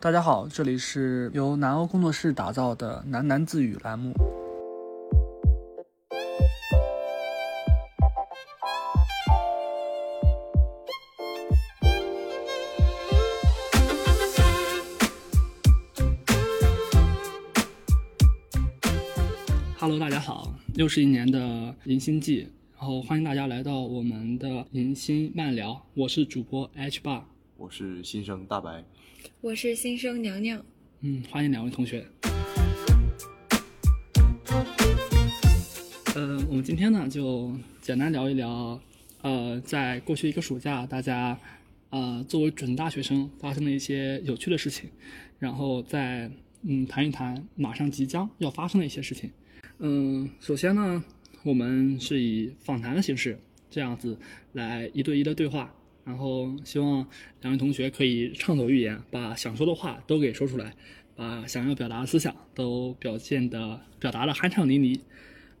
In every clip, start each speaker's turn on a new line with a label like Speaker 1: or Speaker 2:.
Speaker 1: 大家好，这里是由南欧工作室打造的喃喃自语栏目。Hello，大家好，又是一年的迎新季，然后欢迎大家来到我们的迎新漫聊，我是主播 H 爸，
Speaker 2: 我是新生大白，
Speaker 3: 我是新生娘娘，
Speaker 1: 嗯，欢迎两位同学。呃，我们今天呢就简单聊一聊，呃，在过去一个暑假，大家呃作为准大学生发生的一些有趣的事情，然后再嗯谈一谈马上即将要发生的一些事情。嗯、首先呢，我们是以访谈的形式这样子来一对一的对话，然后希望两位同学可以畅所欲言，把想说的话都给说出来，把想要表达的思想都表现的表达的酣畅淋漓。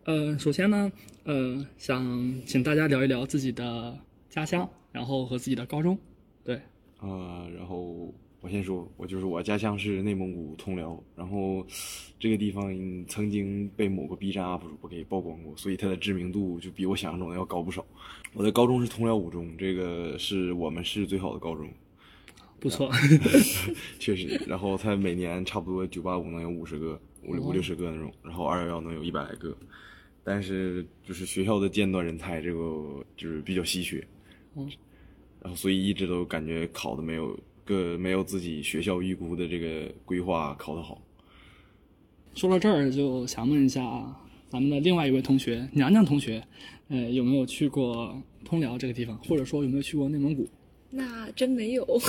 Speaker 1: 呃，首先呢，呃，想请大家聊一聊自己的家乡，然后和自己的高中。对，
Speaker 2: 呃，然后我先说，我就是我家乡是内蒙古通辽，然后这个地方曾经被某个 B 站 UP 主给曝光过，所以它的知名度就比我想象中的要高不少。我的高中是通辽五中，这个是我们市最好的高中，
Speaker 1: 不错。
Speaker 2: 确实。然后它每年差不多九八五能有五十个，五
Speaker 1: 哦
Speaker 2: 五六十个那种，然后二幺幺能有一百来个，但是就是学校的尖端人才这个就是比较稀缺，
Speaker 1: 嗯
Speaker 2: 然后所以一直都感觉考的没有个没有自己学校预估的这个规划考得好。
Speaker 1: 说到这儿，就想问一下咱们的另外一位同学娘娘同学，呃，有没有去过通辽这个地方，或者说有没有去过内蒙古？
Speaker 3: 那真没有。
Speaker 1: 哦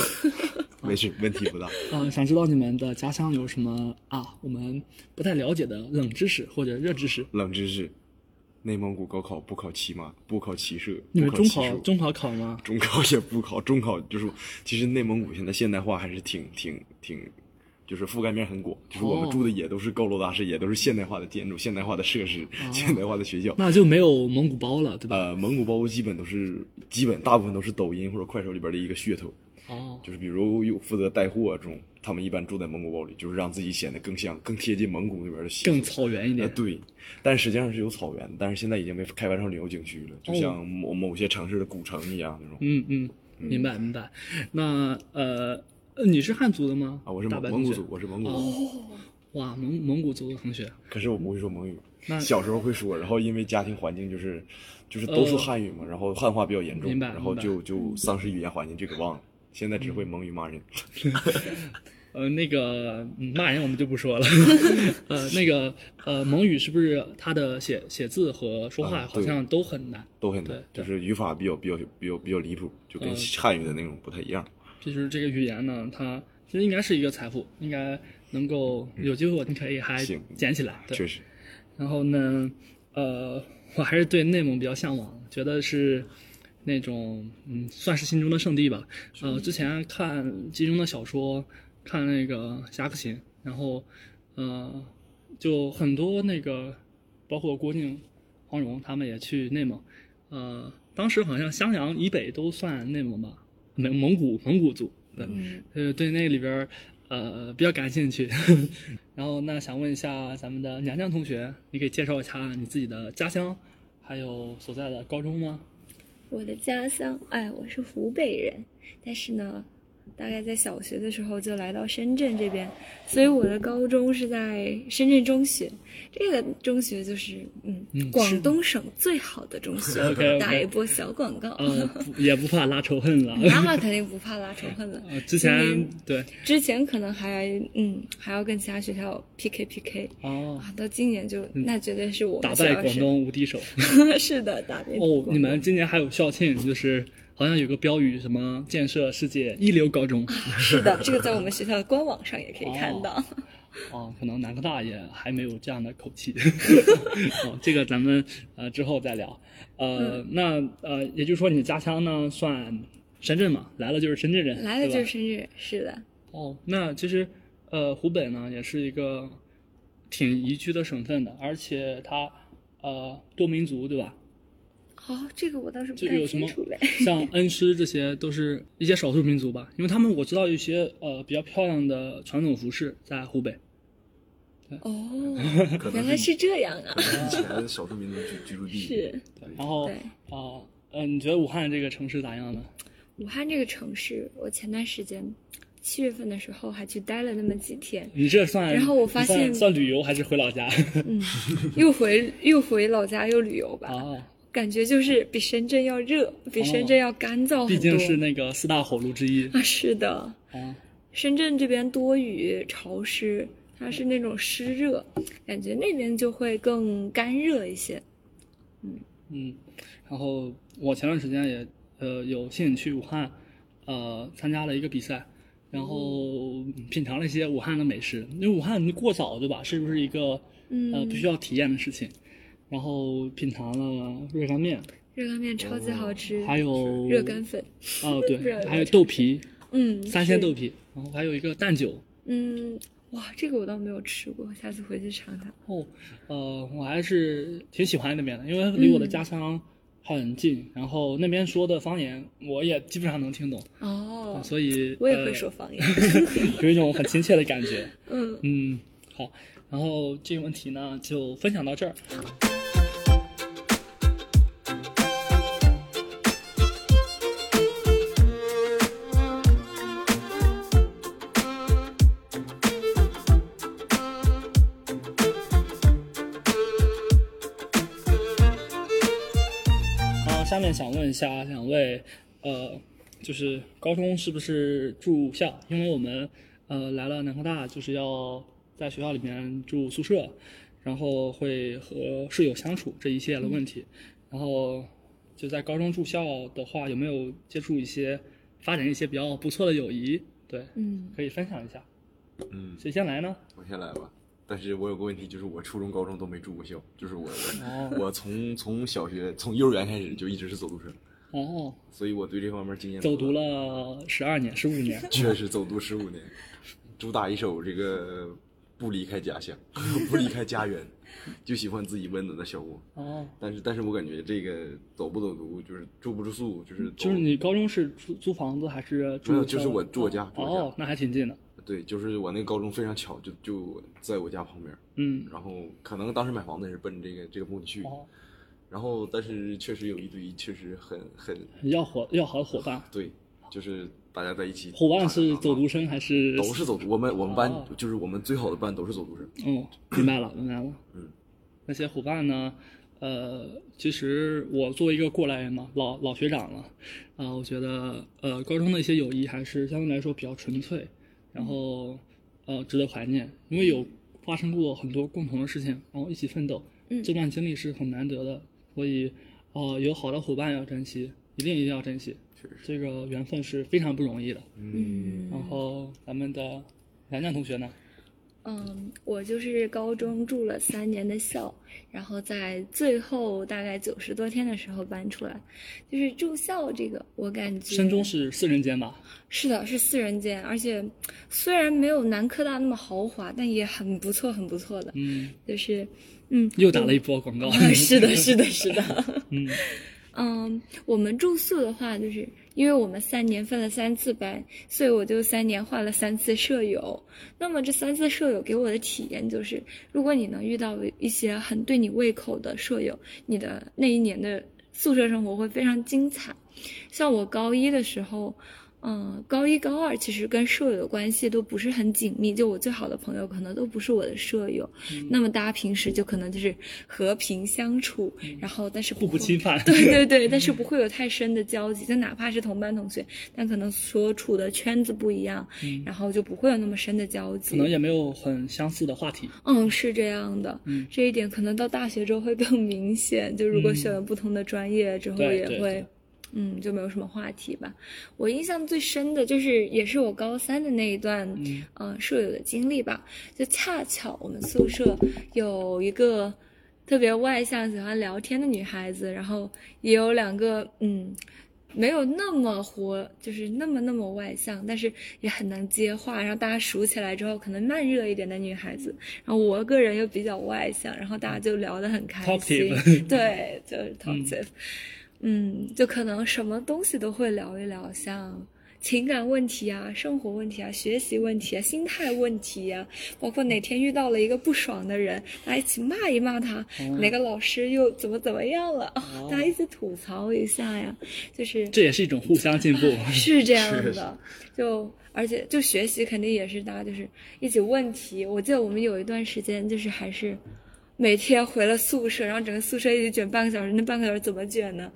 Speaker 2: 没事，问题不大。
Speaker 1: 呃，想知道你们的家乡有什么啊？我们不太了解的冷知识或者热知识。
Speaker 2: 冷知识：内蒙古高考不考骑马，不考骑射，
Speaker 1: 你们
Speaker 2: 不
Speaker 1: 中
Speaker 2: 骑
Speaker 1: 考
Speaker 2: 术
Speaker 1: 中考考吗？
Speaker 2: 中考也不考，中考就是其实内蒙古现在现代化还是挺挺挺，就是覆盖面很广，就是我
Speaker 1: 哦
Speaker 2: 们住的也都是高楼大厦，也都是现代化的建筑、现代化的设施、
Speaker 1: 哦
Speaker 2: 现代化的学校。
Speaker 1: 那就没有蒙古包了，对吧？
Speaker 2: 呃，蒙古包基本都是基本大部分都是抖音或者快手里边的一个噱头，
Speaker 1: 哦，
Speaker 2: 就是比如有负责带货啊这种，他们一般住在蒙古包里，就是让自己显得更像、更贴近蒙古那边的习俗。
Speaker 1: 更草原一
Speaker 2: 呃
Speaker 1: 点。
Speaker 2: 对，但实际上是有草原，但是现在已经被开发成旅游景区了，就
Speaker 1: 哦
Speaker 2: 像某某些城市的古城一样那种。
Speaker 1: 嗯嗯，明白明白。那呃，呃你是汉族的吗？
Speaker 2: 啊，我是
Speaker 1: 大
Speaker 2: 蒙
Speaker 1: 白
Speaker 2: 蒙古
Speaker 1: 同学
Speaker 2: 族，我是蒙古族。
Speaker 1: 哦，哇，蒙蒙古族的同学，
Speaker 2: 可是我不会说蒙语
Speaker 1: 那，
Speaker 2: 小时候会说，然后因为家庭环境就是，就是都说
Speaker 1: 哦
Speaker 2: 汉语嘛，然后汉化比较严重，
Speaker 1: 明白
Speaker 2: 然后
Speaker 1: 明白嗯
Speaker 2: 就就丧失语言环境，就给忘了。现在只会蒙语骂人。
Speaker 1: 呃，那个嗯骂人我们就不说了。 呃，那个呃，蒙语是不是它的写写字和说话
Speaker 2: 啊
Speaker 1: 好
Speaker 2: 对
Speaker 1: 像都很难？
Speaker 2: 都很难，
Speaker 1: 对
Speaker 2: 就
Speaker 1: 对
Speaker 2: 是语法比较比较比较比较离谱，就跟
Speaker 1: 嗯
Speaker 2: 汉语的那种不太一样。
Speaker 1: 这就是这个语言呢，它其实应该是一个财富，应该能够有机会你可以还
Speaker 2: 行
Speaker 1: 捡起来。对。
Speaker 2: 确实，
Speaker 1: 然后呢，呃，我还是对内蒙比较向往，觉得是那种嗯，算是心中的圣地吧。呃，之前看金庸的小说，看那个《侠客行》，然后呃，就很多那个，包括郭靖、黄蓉他们也去内蒙，呃，当时好像襄阳以北都算内蒙吧，蒙蒙古蒙古族，对，
Speaker 3: 嗯，
Speaker 1: 呃，对那里边儿呃比较感兴趣。 然后那想问一下咱们的娘娘同学，你可以介绍一下你自己的家乡，还有所在的高中 吗？
Speaker 3: 我的家乡，哎，我是湖北人，但是呢，大概在小学的时候就来到深圳这边，所以我的高中是在深圳中学。这个中学就是，嗯，
Speaker 1: 嗯
Speaker 3: 广东省最好的中学
Speaker 1: OK，OK
Speaker 3: 打一波小广告。
Speaker 1: 呃，不也不怕拉仇恨了。
Speaker 3: 那肯定不怕拉仇恨了。
Speaker 1: 呃，之前
Speaker 3: 嗯
Speaker 1: 对
Speaker 3: 之前可能还嗯还要跟其他学校 PK PK
Speaker 1: 哦，
Speaker 3: 啊，到今年就那绝对是我们
Speaker 1: 打
Speaker 3: 学
Speaker 1: 败
Speaker 3: 校
Speaker 1: 广
Speaker 3: 是
Speaker 1: 东无敌手。
Speaker 3: 是的，打遍
Speaker 1: 哦，你们今年还有校庆，就是好像有个标语，什么建设世界一流高中。
Speaker 3: 是的，这个在我们学校的官网上也可以看到。
Speaker 1: 哦，可能南科大也还没有这样的口 气。哦，这个咱们呃之后再聊。
Speaker 3: 嗯
Speaker 1: 呃，那呃，也就是说你家乡呢算深圳嘛，来了就是深圳人，
Speaker 3: 来了就是
Speaker 1: 对吧
Speaker 3: 深圳，是的，
Speaker 1: 哦。那其实呃，湖北呢也是一个挺宜居的省份的，而且它呃多民族对吧？
Speaker 3: 哦，这个我倒是不
Speaker 1: 就
Speaker 3: 太
Speaker 1: 有什
Speaker 3: 清
Speaker 1: 么
Speaker 3: 楚嘞。
Speaker 1: 像恩施这些都是一些少数民族吧，因为他们我知道有一些呃比较漂亮的传统服饰在湖北，
Speaker 3: 哦，
Speaker 4: 可能
Speaker 3: 原来是这样啊！
Speaker 4: 以 前少数民族居居住地
Speaker 3: 是
Speaker 1: 然后
Speaker 3: 对
Speaker 1: 啊呃你觉得武汉这个城市咋样呢？
Speaker 3: 武汉这个城市，我前段时间七月份的时候还去待了那么几天，
Speaker 1: 你这算
Speaker 3: 然后我发
Speaker 1: 你算
Speaker 3: 现
Speaker 1: 算旅游还是回老家
Speaker 3: 嗯，又回又回老家又旅游吧，
Speaker 1: 啊？
Speaker 3: 感觉就是比深圳要热，比深圳要干燥很多。
Speaker 1: 哦毕竟是那个四大火炉之一
Speaker 3: 啊，是的，
Speaker 1: 啊。
Speaker 3: 深圳这边多雨潮湿，它是那种湿热，感觉那边就会更干热一些。
Speaker 1: 嗯，然后我前段时间也呃有幸去武汉，呃参加了一个比赛，然后
Speaker 3: 嗯
Speaker 1: 品尝了一些武汉的美食。因为武汉你过早对吧？是不是一个呃
Speaker 3: 嗯
Speaker 1: 必须要体验的事情？然后品尝了热干面，
Speaker 3: 热干面超级好吃，
Speaker 1: 哦还有
Speaker 3: 热干粉，
Speaker 1: 哦
Speaker 3: 热
Speaker 1: 对，
Speaker 3: 干
Speaker 1: 还有豆皮，
Speaker 3: 嗯，
Speaker 1: 三鲜
Speaker 3: 是
Speaker 1: 豆皮，然后还有一个蛋酒。
Speaker 3: 嗯，哇，这个我倒没有吃过，下次回去尝尝。
Speaker 1: 哦，呃，我还是挺喜欢那边的，因为离我的
Speaker 3: 嗯
Speaker 1: 家乡很近，然后那边说的方言我也基本上能听懂，
Speaker 3: 哦，
Speaker 1: 所以
Speaker 3: 我也
Speaker 1: 呃
Speaker 3: 会说方言。
Speaker 1: 有一种很亲切的感觉。
Speaker 3: 嗯，
Speaker 1: 嗯，好，然后这个问题呢就分享到这儿。啊，下面想问一下两位，呃，就是高中是不是住校？因为我们呃来了南科大，就是要在学校里面住宿舍，然后会和室友相处这一系列的问题。然后就在高中住校的话，有没有接触一些发展一些比较不错的友谊？对，
Speaker 3: 嗯，
Speaker 1: 可以分享一下。
Speaker 4: 嗯，
Speaker 1: 谁先来呢？
Speaker 4: 我先来吧。但是我有个问题，就是我初中、高中都没住过校，就是我
Speaker 1: 哦
Speaker 4: 我我从从小学从幼儿园开始就一直是走读生，
Speaker 1: 哦，
Speaker 4: 所以我对这方面经验
Speaker 1: 走读，了十二年、十五年，
Speaker 4: 确实走读十五年，主打一首这个不离开家乡， 不离开家园，就喜欢自己温暖的小窝。
Speaker 1: 哦，
Speaker 4: 但是但是我感觉这个走不走读，就是住不住宿，就是
Speaker 1: 就是你高中是租租房子还是住
Speaker 4: 没
Speaker 1: 校？
Speaker 4: 有就是我住我家住我家
Speaker 1: 哦，那还挺近的。
Speaker 4: 对，就是我那个高中非常巧，就就在我家旁边，
Speaker 1: 嗯，
Speaker 4: 然后可能当时买房子也是奔这个这个目的去。
Speaker 1: 哦，
Speaker 4: 然后，但是确实有一堆，确实很很
Speaker 1: 要伙要好的伙伴，
Speaker 4: 对，就是大家在一起。
Speaker 1: 伙伴是走读生还是？
Speaker 4: 都是走读，我们我们班、
Speaker 1: 哦
Speaker 4: 就是我们最好的班都是走读生。
Speaker 1: 哦，明白了，明白了。
Speaker 4: 嗯，
Speaker 1: 那些伙伴呢？呃，其实我作为一个过来人嘛，老老学长了，啊、我觉得呃，高中的一些友谊还是相对来说比较纯粹，然后呃，值得怀念，因为有发生过很多共同的事情，然后一起奋斗，
Speaker 3: 嗯
Speaker 1: 这段经历是很难得的，所以呃，有好的伙伴要珍惜，一定一定要珍惜，
Speaker 4: 确实
Speaker 1: 这个缘分是非常不容易的。
Speaker 3: 嗯
Speaker 1: 然后咱们的梁亮同学呢？
Speaker 3: 嗯，我就是高中住了三年的校，然后在最后大概九十多天的时候搬出来。就是住校这个，我感觉
Speaker 1: 深中是四人间吧？
Speaker 3: 是的，是四人间，而且虽然没有南科大那么豪华，但也很不错，很不错的。
Speaker 1: 嗯，
Speaker 3: 就是，嗯，
Speaker 1: 又打了一波广告。
Speaker 3: 啊 是的，是的，是的。
Speaker 1: 嗯，
Speaker 3: 嗯，我们住宿的话，就是因为我们三年分了三次班，所以我就三年换了三次舍友。那么这三次舍友给我的体验就是，如果你能遇到一些很对你胃口的舍友，你的那一年的宿舍生活会非常精彩。像我高一的时候，嗯，高一高二其实跟舍友的关系都不是很紧密，就我最好的朋友可能都不是我的舍友。
Speaker 1: 嗯
Speaker 3: 那么大家平时就可能就是和平相处，然后但是
Speaker 1: 嗯互不
Speaker 3: 会
Speaker 1: 侵 犯。
Speaker 3: 对对对，但是不会有太深的交集，就哪怕是同班同学，但可能所处的圈子不一样，
Speaker 1: 嗯
Speaker 3: 然后就不会有那么深的交
Speaker 1: 可能
Speaker 3: 集。
Speaker 1: 也没有很相似的话题。
Speaker 3: 嗯，是这样的，
Speaker 1: 嗯
Speaker 3: 这一点可能到大学之后会更明显。就如果
Speaker 1: 嗯
Speaker 3: 选了不同的专业之后，
Speaker 1: 对
Speaker 3: 也
Speaker 1: 对
Speaker 3: 会
Speaker 1: 对，
Speaker 3: 嗯，就没有什么话题吧。我印象最深的就是，也是我高三的那一段，
Speaker 1: 嗯
Speaker 3: 嗯，舍友的经历吧。就恰巧我们宿舍有一个特别外向、喜欢聊天的女孩子，然后也有两个嗯没有那么活，就是那么那么外向，但是也很能接话。然后大家熟起来之后，可能慢热一点的女孩子，然后我个人又比较外向，然后大家就聊得很开心。
Speaker 1: Talkative
Speaker 3: 对，就是 talkative。嗯就可能什么东西都会聊一聊，像情感问题啊、生活问题啊、学习问题啊、心态问题啊，包括哪天遇到了一个不爽的人，大家一起骂一骂他，哪个老师又怎么怎么样了，啊
Speaker 1: 嗯哦
Speaker 3: 大家一起吐槽一下呀，就是
Speaker 1: 这也是一种互相进步。
Speaker 3: 是这样
Speaker 2: 是
Speaker 3: 的，就而且就学习肯定也是大家就是一起问题。我记得我们有一段时间就是还是每天回了宿舍，然后整个宿舍一起卷半个小时，那半个小时怎么卷呢？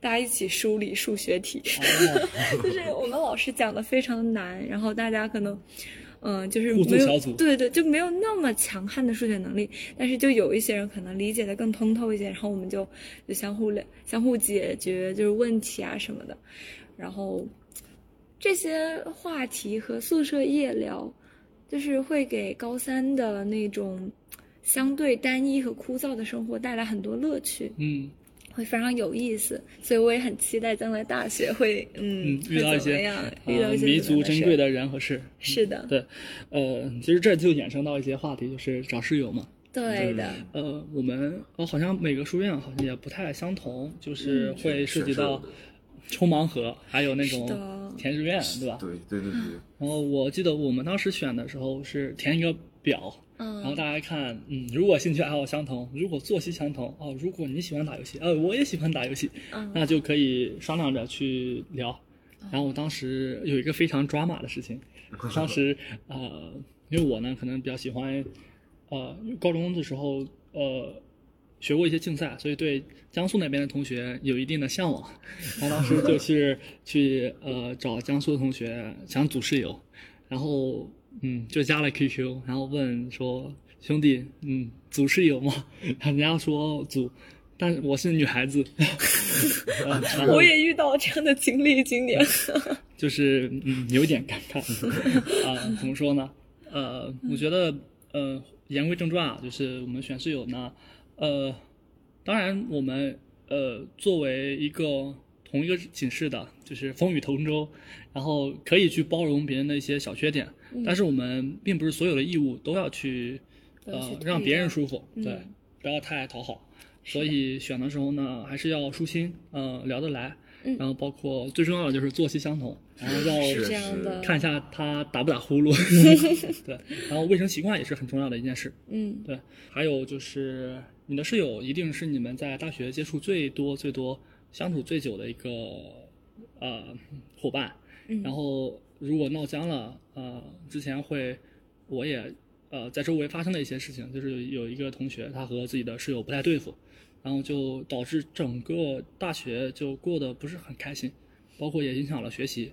Speaker 3: 大家一起梳理数学题，
Speaker 1: 哦
Speaker 3: 就是我们老师讲的非常难，然后大家可能。嗯，就是
Speaker 1: 互助
Speaker 3: 没有
Speaker 1: 小组
Speaker 3: 对对，就没有那么强悍的数学能力，但是就有一些人可能理解的更通透一些，然后我们就就相互了相互解决就是问题啊什么的，然后这些话题和宿舍夜聊，就是会给高三的那种相对单一和枯燥的生活带来很多乐趣，
Speaker 1: 嗯
Speaker 3: 会非常有意思。所以我也很期待将来大学会，嗯
Speaker 1: 嗯，，遇到一
Speaker 3: 会怎么
Speaker 1: 些
Speaker 3: 样
Speaker 1: 啊
Speaker 3: 遇到一些
Speaker 1: 弥
Speaker 3: 怎么
Speaker 1: 足
Speaker 3: 样
Speaker 1: 珍
Speaker 3: 事
Speaker 1: 贵，的嗯人和事。
Speaker 3: 是的，
Speaker 1: 对，呃，其实这就衍生到一些话题，就是找室友嘛。
Speaker 3: 对的，
Speaker 1: 呃，我们呃好像每个书院好像也不太相同，就是会涉及到抽盲盒，还有那
Speaker 3: 嗯是
Speaker 1: 种
Speaker 3: 的
Speaker 1: 填志愿，对
Speaker 4: 嗯
Speaker 1: 吧？
Speaker 2: 对对对对，
Speaker 1: 然后我记得我们当时选的时候是填一个表，然后
Speaker 3: 嗯，
Speaker 1: 大家看，嗯，如果兴趣爱好相同，如果作息相同，哦，如果你喜欢打游戏，呃，我也喜欢打游戏，
Speaker 3: 嗯
Speaker 1: 那就可以商量着去聊。然后我当时有一个非常抓马的事情，当时呃，因为我呢可能比较喜欢，呃，高中的时候呃学过一些竞赛，所以对江苏那边的同学有一定的向往。然后当时就去去呃找江苏的同学想组室友，然后嗯就加了 QQ，然后问说兄弟，嗯组室友吗？ 然后人家说组，但是我是女孩 子， 呃然后
Speaker 3: 我也遇到这样的经历，今年，
Speaker 1: 就是嗯有点尴 尬啊、怎么说呢？呃，我觉得呃言归正传啊，就是我们选室友呢，呃，当然我们呃作为一个同一个寝室的，就是风雨同舟，然后可以去包容别人的一些小缺点，
Speaker 3: 嗯
Speaker 1: 但是我们并不是所有的义务都要去
Speaker 3: 都要去
Speaker 1: 呃
Speaker 3: 推
Speaker 1: 让别人
Speaker 3: 让
Speaker 1: 舒服，对
Speaker 3: 嗯，
Speaker 1: 不要太讨好。所以选的时候呢，还是要舒心，呃，聊得来，
Speaker 3: 嗯
Speaker 1: 然后包括最重要的就是作息相同，然后
Speaker 3: 是
Speaker 1: 要
Speaker 3: 这样的，
Speaker 1: 看一下他打不打呼噜， 对，然后卫生习惯也是很重要的一件事，
Speaker 3: 嗯，
Speaker 1: 对，还有就是你的室友一定是你们在大学接触最多、最多相处最久的一个呃伙伴，
Speaker 3: 嗯
Speaker 1: 然后如果闹僵了，呃，之前会我也呃在周围发生了一些事情，就是有一个同学他和自己的室友不太对付，然后就导致整个大学就过得不是很开心，包括也影响了学习。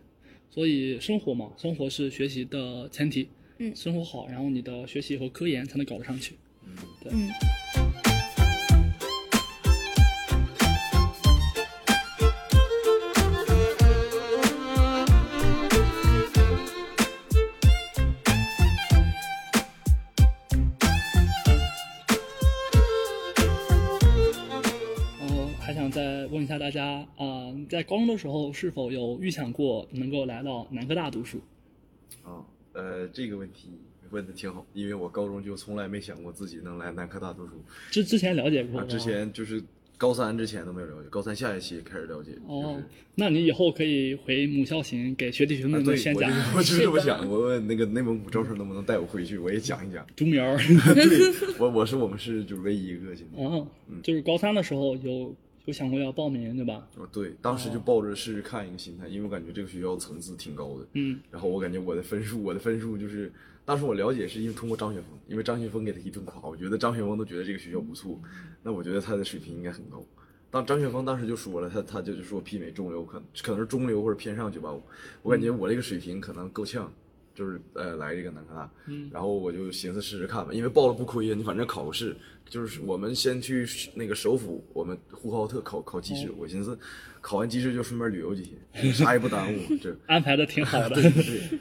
Speaker 1: 所以生活嘛，生活是学习的前提。
Speaker 3: 嗯
Speaker 1: 生活好，然后你的学习和科研才能搞得上去。
Speaker 3: 嗯。
Speaker 1: 然后呃还想再问一下大家，啊、在高中的时候是否有预想过能够来到南科大读书？
Speaker 2: 啊，呃，这个问题问的挺好，因为我高中就从来没想过自己能来南科大读书，
Speaker 1: 之之前了解过
Speaker 2: 啊，
Speaker 1: 吗？
Speaker 2: 之前就是高三之前都没有了解，高三下学期开始了解，
Speaker 1: 哦
Speaker 2: 就是，
Speaker 1: 那你以后可以回母校行给学弟学妹
Speaker 2: 啊，
Speaker 1: 们
Speaker 2: 对，
Speaker 1: 宣讲
Speaker 2: 我就是这么
Speaker 3: 是的
Speaker 2: 想，我问那个内蒙古招生能不能带我回去，我也讲一讲。
Speaker 1: 独苗 儿。
Speaker 2: 对，我我是我们是就是唯一一个现在。
Speaker 1: 嗯，就是高三的时候有有想过要报名对吧？
Speaker 2: 哦，对，当时就抱着试试看一个心态，因为我感觉这个学校层次挺高的。
Speaker 1: 嗯，
Speaker 2: 然后我感觉我的分数，我的分数就是，当时我了解是因为通过张雪峰，因为张雪峰给他一顿夸，我觉得张雪峰都觉得这个学校不错，那我觉得他的水平应该很高。当张雪峰当时就说了，他他就就说媲美中流，可能可能是中流或者偏上九八五，我感觉我这个水平可能够呛，就是呃来这个南科大，然后我就寻思试试看吧，因为报了不亏呀，你反正考个试，就是我们先去那个首府，我们呼和浩特考考机师，我寻思考完机师就顺便旅游几天，啥也不耽误，这。
Speaker 1: 安排的挺好的。
Speaker 2: 对，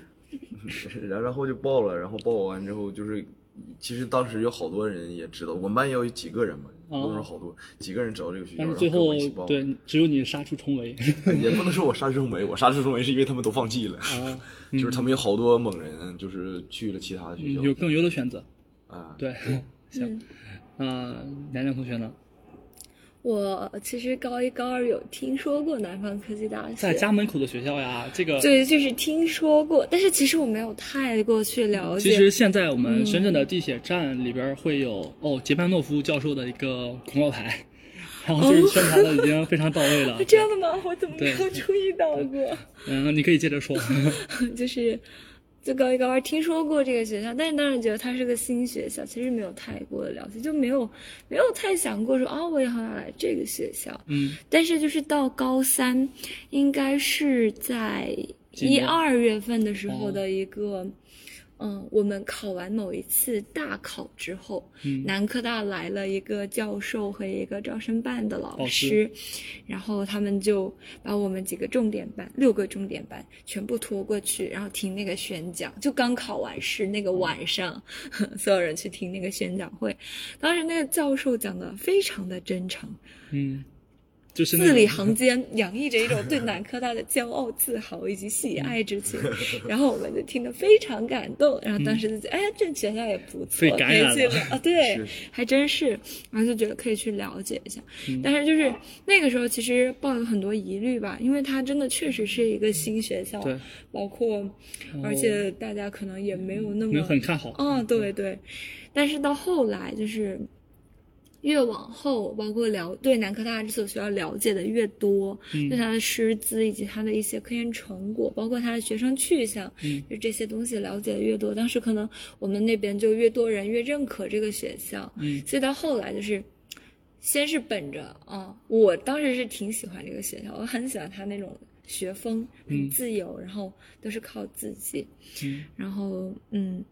Speaker 2: 然然后就报了，然后报完之后就是其实当时有好多人也知道，我们班也有几个人嘛，
Speaker 1: 哦
Speaker 2: 不能说好多，几个人知道这个学校，
Speaker 1: 但
Speaker 2: 然
Speaker 1: 是
Speaker 2: 后
Speaker 1: 最
Speaker 2: 跟
Speaker 1: 后
Speaker 2: 我一起报，
Speaker 1: 对，只有你杀出重 围。
Speaker 2: 也不能说我杀之中没，我杀之中没是因为他们都放弃了，
Speaker 1: 啊，
Speaker 2: 就是他们有好多猛人，就是去了其他的学
Speaker 1: 嗯有
Speaker 2: 校
Speaker 1: 更优的选择。
Speaker 2: 啊，
Speaker 1: 对， 行。呃，
Speaker 3: 嗯
Speaker 1: 梁梁同学呢，
Speaker 3: 我其实高一高二有听说过南方科技大学，
Speaker 1: 在家门口的学校呀，这个
Speaker 3: 对，就是听说过，但是其实我没有太过去了解。
Speaker 1: 其实现在我们深圳的地铁站里边会有、哦，杰班诺夫教授的一个广告牌， 然后就是宣传的已经非常到位了
Speaker 3: 啊。 这样的吗？我怎么没
Speaker 1: 对
Speaker 3: 有注意到过？
Speaker 1: 嗯，你可以接着说。
Speaker 3: 就是就高一高二听说过这个学校，但是当时觉得它是个新学校，其实没有太过的了解，就没有没有太想过说啊、我也好想来这个学校。
Speaker 1: 嗯，
Speaker 3: 但是就是到高三，应该是在
Speaker 1: 今
Speaker 3: 一
Speaker 1: 年
Speaker 3: 二月份的时候的一个，嗯，我们考完某一次大考之后，
Speaker 1: 嗯
Speaker 3: 南科大来了一个教授和一个招生办的老
Speaker 1: 老
Speaker 3: 师，然后他们就把我们几个重点班、六个重点班全部拖过去，然后听那个宣讲，就刚考完试那个晚上， 所有人去听那个宣讲会，当时那个教授讲的非常的真诚。
Speaker 1: 嗯，就是那
Speaker 3: 字里
Speaker 1: 种
Speaker 3: 行间洋溢着一种对南科大的骄傲、自豪以及喜爱 之情，然后我们就听得非常感动，然后当时就觉得，哎呀，这学校也 不错，
Speaker 1: 被
Speaker 3: 可
Speaker 1: 感
Speaker 3: 以
Speaker 1: 染
Speaker 3: 去
Speaker 1: 了
Speaker 3: 了啊，对
Speaker 2: 是，
Speaker 3: 还真是，然后就觉得可以去了解一下
Speaker 1: 嗯。
Speaker 3: 但是就是那个时候，其实抱有很多疑虑吧，因为它真的确实是一个新学校，
Speaker 1: 对，
Speaker 3: 包括
Speaker 1: 然后
Speaker 3: 而且大家可能也没有那
Speaker 1: 哦没
Speaker 3: 么
Speaker 1: 有很看好。
Speaker 3: 嗯、对对，但是到后来就是越往后，包括了对南科大这所学校了解的越多，
Speaker 1: 嗯
Speaker 3: 对它的师资以及它的一些科研成果，包括它的学生去向，
Speaker 1: 嗯
Speaker 3: 就这些东西了解的越多，当时可能我们那边就越多人越认可这个学校，
Speaker 1: 嗯
Speaker 3: 所以到后来就是。先是本着啊、我当时是挺喜欢这个学校，我很喜欢它那种学风，
Speaker 1: 嗯
Speaker 3: 很自由，然后都是靠自己。
Speaker 1: 嗯
Speaker 3: 然后嗯，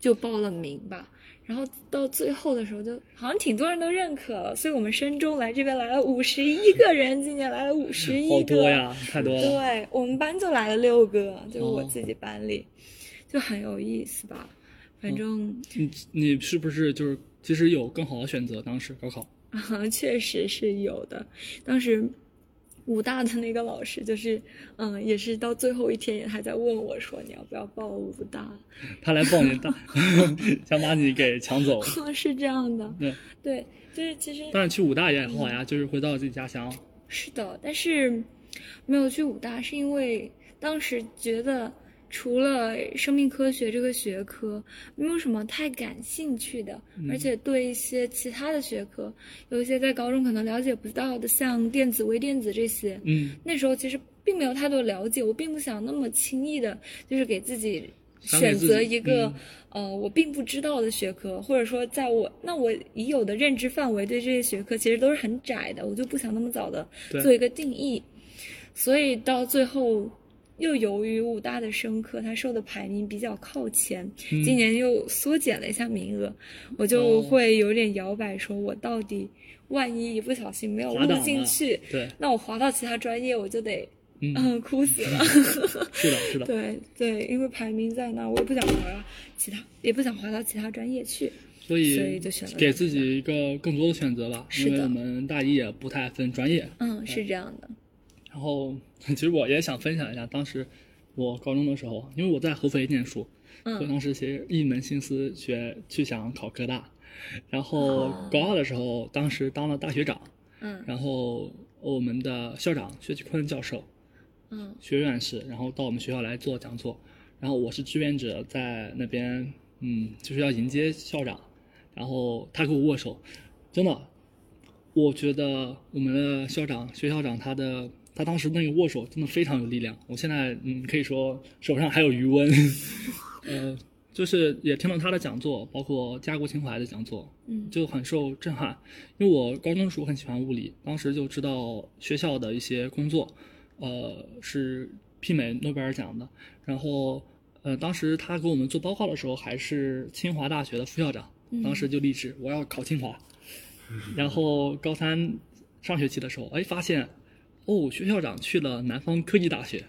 Speaker 3: 就报了名吧。然后到最后的时候就，好像挺多人都认可了，所以我们深中来这边来了五十一个人，今年来了五十一
Speaker 1: 好
Speaker 3: 个，
Speaker 1: 多呀，
Speaker 3: 哦
Speaker 1: 太多了。
Speaker 3: 对我们班就来了六个，就是我
Speaker 1: 哦
Speaker 3: 自己班里，就很有意思吧。反正、
Speaker 1: 你你是不是就是其实有更好的选择？当时高考，嗯
Speaker 3: 确实是有的。当时武大的那个老师就是，嗯，也是到最后一天也还在问我说，你要不要报武大？
Speaker 1: 他来报你大， 想把你给抢走。
Speaker 3: 是这样的，
Speaker 1: 对，
Speaker 3: 对，就是其实
Speaker 1: 但是去武大也好呀，就是回到自己家乡。
Speaker 3: 是的，但是没有去武大，是因为当时觉得除了生命科学这个学科，没有什么太感兴趣的，而且对一些其他的学科，有一些在高中可能了解不到的，像电子、微电子这些，
Speaker 1: 嗯，
Speaker 3: 那时候其实并没有太多了解，我并不想那么轻易的，就是给自己
Speaker 1: 想给
Speaker 3: 选
Speaker 1: 自己
Speaker 3: 择一个、
Speaker 1: 嗯
Speaker 3: 呃我并不知道的学科，或者说在我那我已有的认知范围对这些学科其实都是很窄的，我就不想那么早的
Speaker 1: 对
Speaker 3: 做一个定义，所以到最后。又由于武大的生科，它受的排名比较靠前，
Speaker 1: 嗯
Speaker 3: 今年又缩减了一下名额，我
Speaker 1: 哦
Speaker 3: 就会有点摇摆，说我到底万一一不小心没有
Speaker 1: 滑档
Speaker 3: 录
Speaker 1: 了
Speaker 3: 进去，
Speaker 1: 对，
Speaker 3: 那我划到其他专业，我就得
Speaker 1: 嗯，
Speaker 3: 嗯 哭死 了。
Speaker 1: 是的，是的。
Speaker 3: 对对，因为排名在那儿，我也不想划其他，也不想划到其他专业去。
Speaker 1: 所以
Speaker 3: 所以就选了
Speaker 1: 给自己一个更多的选择吧，
Speaker 3: 是
Speaker 1: 因
Speaker 3: 的
Speaker 1: 为我们大一也不太分专业。
Speaker 3: 嗯，是这样的。
Speaker 1: 然后其实我也想分享一下，当时我高中的时候，啊因为我在合肥念书，所以
Speaker 3: 嗯
Speaker 1: 当时其实一门心思学去想考科大。然后高二的时候，当时当了大学长，
Speaker 3: 嗯
Speaker 1: 然后我们的校长薛继坤教授，
Speaker 3: 嗯
Speaker 1: 薛院士，然后到我们学校来做讲座。然后我是志愿者，在那边，嗯，就是要迎接校长，然后他给我握手，真的，我觉得我们的校长薛校长他的他当时那个握手真的非常有力量，我现在嗯可以说手上还有余温， 呃，就是也听了他的讲座，包括家国情怀的讲座，
Speaker 3: 嗯
Speaker 1: 就很受震撼，因为我高中的时候很喜欢物理，当时就知道学校的一些工作，呃，是媲美诺贝尔奖的。然后，呃，当时他给我们做报告的时候，还是清华大学的副校长，
Speaker 3: 嗯
Speaker 1: 当时就立志我要考 清华。然后高三上学期的时候，哎，发现哦，薛校长去了南方科技大学。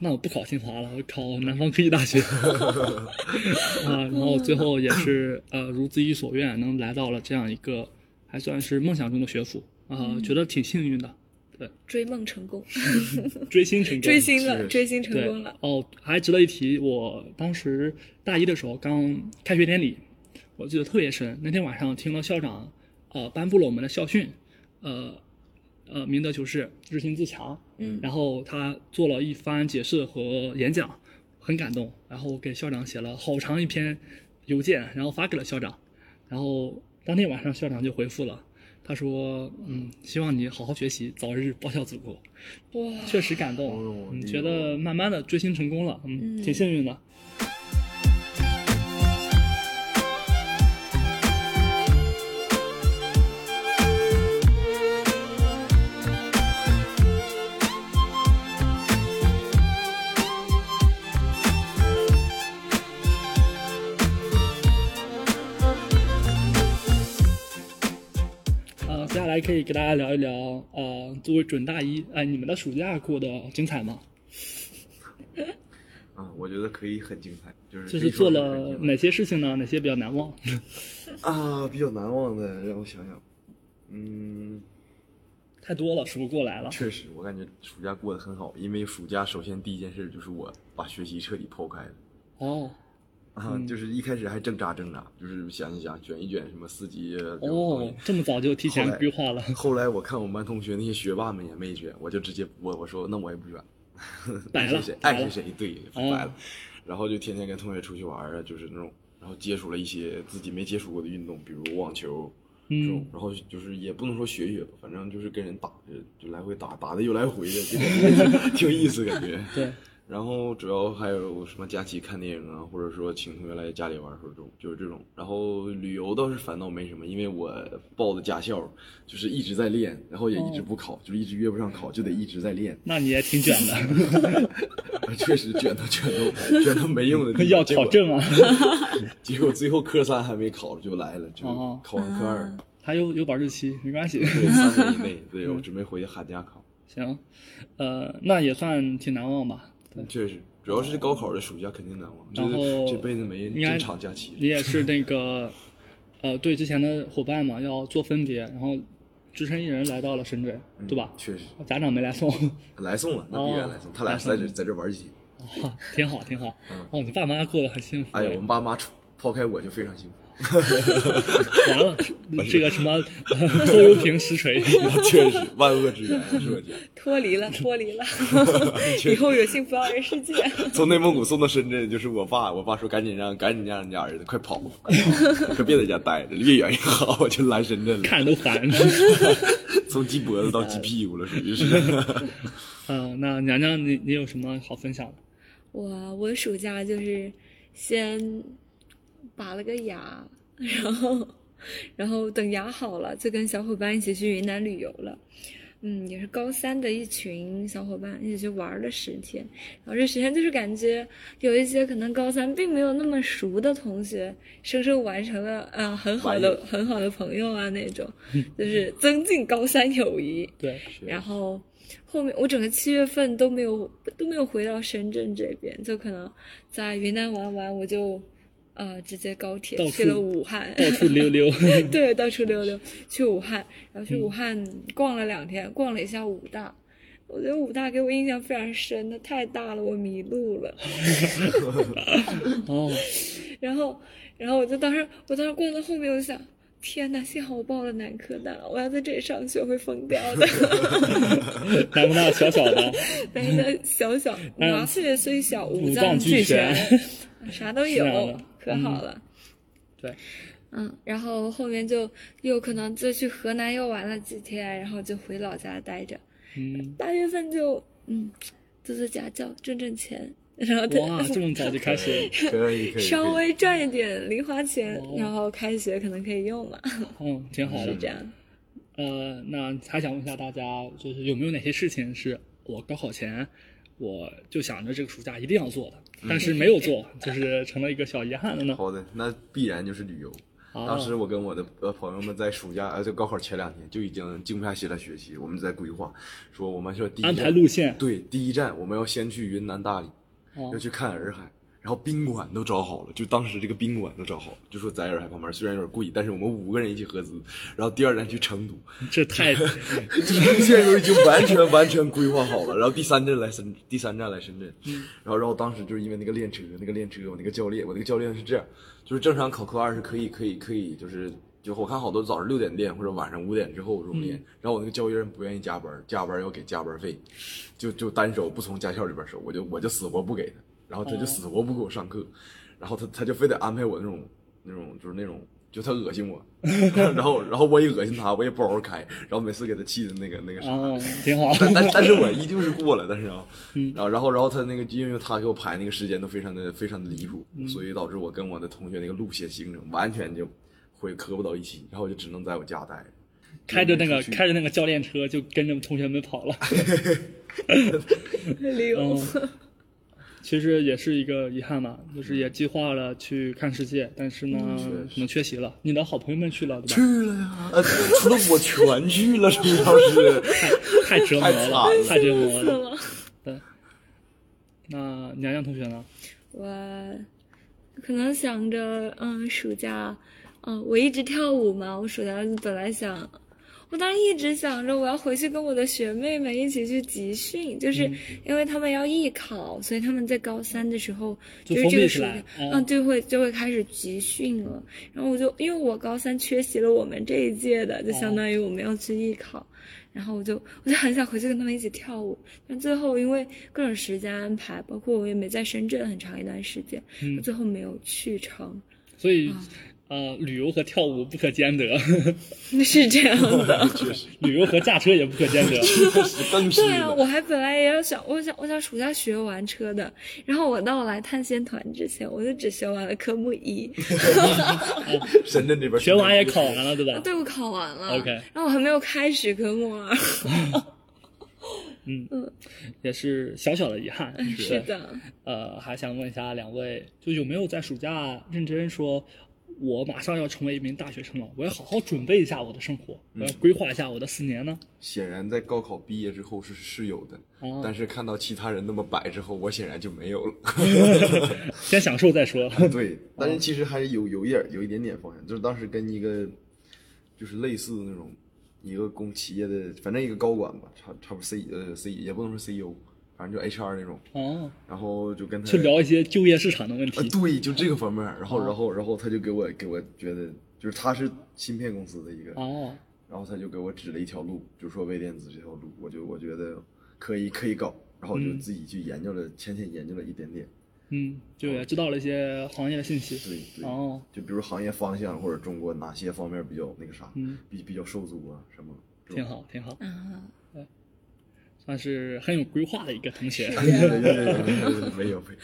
Speaker 1: 那我不考清华了，我考南方科技 大学。 啊，然后最后也是呃如自己所愿，能来到了这样一个还算是梦想中的学府啊、
Speaker 3: 嗯
Speaker 1: 呃觉得挺幸运的，
Speaker 3: 追梦成功，
Speaker 1: 追星成功，
Speaker 3: 追星了，
Speaker 2: 是
Speaker 3: 追星成
Speaker 1: 对
Speaker 3: 功了。
Speaker 1: 哦，还值得一提，我当时大一的时候刚开学典礼，我记得特别深。那天晚上听了校长呃颁布了我们的校训，呃呃，明德求是，日行自强。
Speaker 3: 嗯
Speaker 1: 然后他做了一番解释和演讲，很感动。然后给校长写了好长一篇邮件，然后发给了校长。然后当天晚上校长就回复了，他说：“嗯，希望你好好学习，早日报效祖国。”
Speaker 3: 哇，
Speaker 1: 确实感动。
Speaker 2: 哦
Speaker 1: 嗯，
Speaker 2: 哎呦
Speaker 1: 觉得慢慢的追星成功了，嗯，
Speaker 3: 嗯
Speaker 1: 挺幸运的。呃，接下来可以给大家聊一聊，呃，作为准大一，哎、你们的暑假过得精彩吗？
Speaker 2: 啊，我觉得可以很精彩，就是
Speaker 1: 就
Speaker 2: 可
Speaker 1: 是
Speaker 2: 以
Speaker 1: 做
Speaker 2: 说是很
Speaker 1: 了
Speaker 2: 精彩
Speaker 1: 哪些事情呢？哪些比较难忘？
Speaker 2: 啊比较难忘的，让我想想，嗯，
Speaker 1: 太多了，数不过来了。
Speaker 2: 确实，我感觉暑假过得很好，因为暑假首先第一件事就是我把学习彻底抛开了。
Speaker 1: 哦，
Speaker 2: 啊，就是一开始还挣扎挣扎，就是想一想卷一卷什么四级啊这种东西
Speaker 1: 哦，这么早就提前规划了。
Speaker 2: 后来我看我们班同学那些学霸们也没卷，我就直接我我说那我也不卷，
Speaker 1: 摆
Speaker 2: 爱
Speaker 1: 了
Speaker 2: 谁谁
Speaker 1: 摆
Speaker 2: 爱
Speaker 1: 了嗯
Speaker 2: 谁谁对摆了，然后就天天跟同学出去玩儿啊，就是那种，然后接触了一些自己没接触过的运动，比如网球这种
Speaker 1: 嗯，，
Speaker 2: 然后就是也不能说学学吧，反正就是跟人打，就就来回打，打的又来回的，就 感觉挺有意思感觉。
Speaker 1: 对，。
Speaker 2: 然后主要还有什么假期看电影啊，或者说请同学来家里玩儿，说这种就是这种。然后旅游倒是反倒没什么，因为我报的驾校就是一直在练，然后也一直不考，就一直约不上考，就得一直在练
Speaker 1: 那你也挺卷的，
Speaker 2: 确实卷到卷到卷到没用的地方，
Speaker 1: 要
Speaker 2: 结
Speaker 1: 考
Speaker 2: 果。
Speaker 1: 证啊。
Speaker 2: 结果最后科三还没考就来了，就
Speaker 1: 哦
Speaker 2: 考完科二，
Speaker 1: 还有有保质期，没关系。
Speaker 2: 对三年以内，对我准备回去寒假考。
Speaker 1: 行，呃，那也算挺难忘吧。对，
Speaker 2: 确实，主要是高考的暑假肯定难忘，这
Speaker 1: 嗯然后
Speaker 2: 这辈子没
Speaker 1: 应该
Speaker 2: 正常假期。
Speaker 1: 你也是那 个，呃，对之前的伙伴嘛，要做分别，然后只身一人来到了深圳，对吧？
Speaker 2: 嗯确实
Speaker 1: 家长没来送，
Speaker 2: 来送了，那必然来送。他俩在
Speaker 1: 嗯
Speaker 2: 这在这玩儿几天。
Speaker 1: 哦挺好，挺好。哦，你爸妈过得很幸福。
Speaker 2: 嗯哎呀，我们爸妈出抛开我就非常幸福，
Speaker 1: 完 了，这个什么 拖油瓶实锤。
Speaker 2: 确实万恶之源是我家。
Speaker 3: 脱离了，脱离 了，以后有幸福二人世界。
Speaker 2: 从内蒙古送到深圳，就是我爸，我爸说赶紧让赶紧让人家儿子快 跑，快跑可别在家待着，越远越好。我就来 深圳了，
Speaker 1: 看都 烦。
Speaker 2: 从鸡脖子到鸡屁股了，属 于是。
Speaker 1: 嗯，那娘娘你你有什么好分享的？
Speaker 3: 我我暑假就是先拔了个牙，然后然后等牙好了，就跟小伙伴一起去云南旅游了。嗯，也是高三的一群小伙伴一起去玩了十天，然后这十天就是感觉有一些可能高三并没有那么熟的同学，生生完成了呃很好的很好的朋友啊那种，就是增进高三友谊。
Speaker 1: 对，
Speaker 3: 然后后面我整个七月份都没有都没有回到深圳这边，就可能在云南玩完，我就呃直接高铁
Speaker 1: 到
Speaker 3: 去
Speaker 1: 处
Speaker 3: 了武汉，
Speaker 1: 到处溜 溜。
Speaker 3: 对，到处溜溜，去武汉，
Speaker 1: 嗯
Speaker 3: 然后去武汉逛了两天，逛了一下武大。我觉得武大给我印象非常深，它太大了，我迷路 了。
Speaker 1: 哦，
Speaker 3: 然后，然后我就当时，我当时逛到后面，我就想，天呐，幸好我报了南科大，我要在这里上学会疯掉的。
Speaker 1: 南工大小小 的，
Speaker 3: 但是它小小，麻雀虽小，五
Speaker 1: 五
Speaker 3: 脏
Speaker 1: 脏嗯俱
Speaker 3: 全， 啥都有
Speaker 1: 是啊，
Speaker 3: 可好了。
Speaker 1: 对，
Speaker 3: 嗯，然后后面就又可能就去河南又玩了几天，然后就回老家待着。
Speaker 1: 嗯，
Speaker 3: 八月份就嗯，做做家教，挣挣钱， 然后
Speaker 1: 哇，
Speaker 3: 他
Speaker 1: 这么早就开始，
Speaker 2: 可以可以，
Speaker 3: 稍微赚一点零花钱
Speaker 1: 哦，
Speaker 3: 然后开学可能可以用嘛，
Speaker 1: 嗯，挺好
Speaker 3: 是
Speaker 1: 的
Speaker 3: 这。样。
Speaker 1: 呃，那还想问一下大家，就是有没有哪些事情是我高考前我就想着这个暑假一
Speaker 2: 嗯
Speaker 1: 定要做的，但是没有做，就是成了一个小遗憾了呢？
Speaker 2: 好的，那必然就是旅游。
Speaker 1: 哦
Speaker 2: 当时我跟我的呃朋友们在暑假呃就高考前两天就已经静不下心来学习，我们在规划说我们说第一
Speaker 1: 安排
Speaker 2: 站
Speaker 1: 路线，
Speaker 2: 对第一站我们要先去云南大理，
Speaker 1: 哦
Speaker 2: 要去看洱海，然后宾馆都找好了，就当时这个宾馆都找好了，就说在洱海旁边，虽然有点贵，但是我们五个人一起合资，然后第二站去成都，
Speaker 1: 这 太
Speaker 2: 就是路线都已经完全完全规划好了，然后第三站来深，第三站来深圳，然后然后当时就是因为那个练车，那个练车，我那个教练，我那个教练是这样，就是正常考科二是可以可以可以，就是就我看好多早上六点练或者晚上五点之后这种练，然后我那个教练不愿意加班，加班要给加班费，就就单手不从驾校里边收，我就我就死活不给他，然后他就死活不给我上课，然后他他就非得安排我 那种那种就是那种。就他恶心我， 然后然后我也恶心他，我也不好好开，然后每次给他气的那个那个啥，
Speaker 1: 哦，挺好。
Speaker 2: 但但但是我依旧是过了，但是啊，
Speaker 1: 嗯
Speaker 2: 然后然后然后他那个因为他给我排那个时间都非常的非常的离谱，
Speaker 1: 嗯
Speaker 2: 所以导致我跟我的同学那个路线行程完全就会磕不到一起，然后我就只能在我家待着。
Speaker 1: 开着那个
Speaker 2: 出去
Speaker 1: 开着那个教练车就跟着同学们跑了。
Speaker 3: 旅游
Speaker 1: 嗯， 其实也是一个遗憾吧，就是也计划了去看世界，但是呢，可能缺席了。你的好朋友们去了，对吧？
Speaker 2: 了呀， 呃，除了我全去了，主要是
Speaker 1: 太折磨
Speaker 2: 太
Speaker 1: 了，
Speaker 2: 惨了
Speaker 1: 太折磨
Speaker 3: 死
Speaker 1: 了。
Speaker 3: 了。
Speaker 1: 那娘娘同学呢？
Speaker 3: 我可能想着，嗯，暑假，嗯，我一直跳舞嘛，我暑假本来想，我当时一直想着我要回去跟我的学妹们一起去集训，就是
Speaker 1: 嗯
Speaker 3: 因为他们要艺考，所以他们在高三的时候
Speaker 1: 就
Speaker 3: 就是这
Speaker 1: 封闭
Speaker 3: 个
Speaker 1: 起
Speaker 3: 暑假
Speaker 1: 来，
Speaker 3: 嗯，
Speaker 1: 嗯
Speaker 3: 就会就会开始集训了。然后我就因为我高三缺席了我们这一届的，就相当于我们要去艺考。然后我就我就很想回去跟他们一起跳舞，但最后因为各种时间安排，包括我也没在深圳很长一段时间，
Speaker 1: 嗯
Speaker 3: 我最后没有去成，
Speaker 1: 所以，呃，旅游和跳舞不可兼得，
Speaker 3: 是这样的。
Speaker 2: 确实
Speaker 1: 旅游和驾车也不可兼得。
Speaker 2: 确实更是
Speaker 3: 对啊，
Speaker 2: 了。
Speaker 3: 我还本来也要想，我想我想暑假学完车的，然后我到来探险团之前，我就只学完了科目一，
Speaker 2: 深圳这边
Speaker 1: 学完也考完了，对吧？
Speaker 3: 对我考完了
Speaker 1: OK
Speaker 3: 然后我还没有开始科目二，
Speaker 1: 也是小小的遗憾。
Speaker 3: 是的。
Speaker 1: 呃，还想问一下两位，就有没有在暑假认真说，我马上要成为一名大学生了，我要好好准备一下我的生活，我要规划一下我的四年呢？
Speaker 2: 显然在高考毕业之后是是有的，
Speaker 1: 哦
Speaker 2: 但是看到其他人那么摆之后，我显然就没有了。
Speaker 1: 先享受再说。
Speaker 2: 对，
Speaker 1: 嗯
Speaker 2: 但是其实还有有一点有一点点方向，就是当时跟一个就是类似那种一个公企业的，反正一个高管吧，差差不多 C 呃 C 也不能说 CEO，反正就 HR 那种，
Speaker 1: 哦，
Speaker 2: 然后就跟他
Speaker 1: 去聊嗯一些就业市场的问
Speaker 2: 呃
Speaker 1: 题。
Speaker 2: 对，就这个方面儿，然后然后然后他就给我给我觉得就是他是芯片公司的一个，
Speaker 1: 哦，
Speaker 2: 然后他就给我指了一条路，就说微电子这条路，我就我觉得可以可以搞，然后我就
Speaker 1: 嗯
Speaker 2: 自己去研究了，浅浅研究了一点点，
Speaker 1: 嗯，就也知道了一些行业的信息。
Speaker 2: 对对。
Speaker 1: 哦，
Speaker 2: 就比如行业方向或者中国哪些方面比较那个啥，
Speaker 1: 嗯
Speaker 2: 比比较受阻啊什么，这
Speaker 1: 挺
Speaker 2: 种。
Speaker 1: 好，挺好，
Speaker 3: 啊，
Speaker 1: 算是很有规划的一个同学。
Speaker 2: 对对对对对对，没有没有，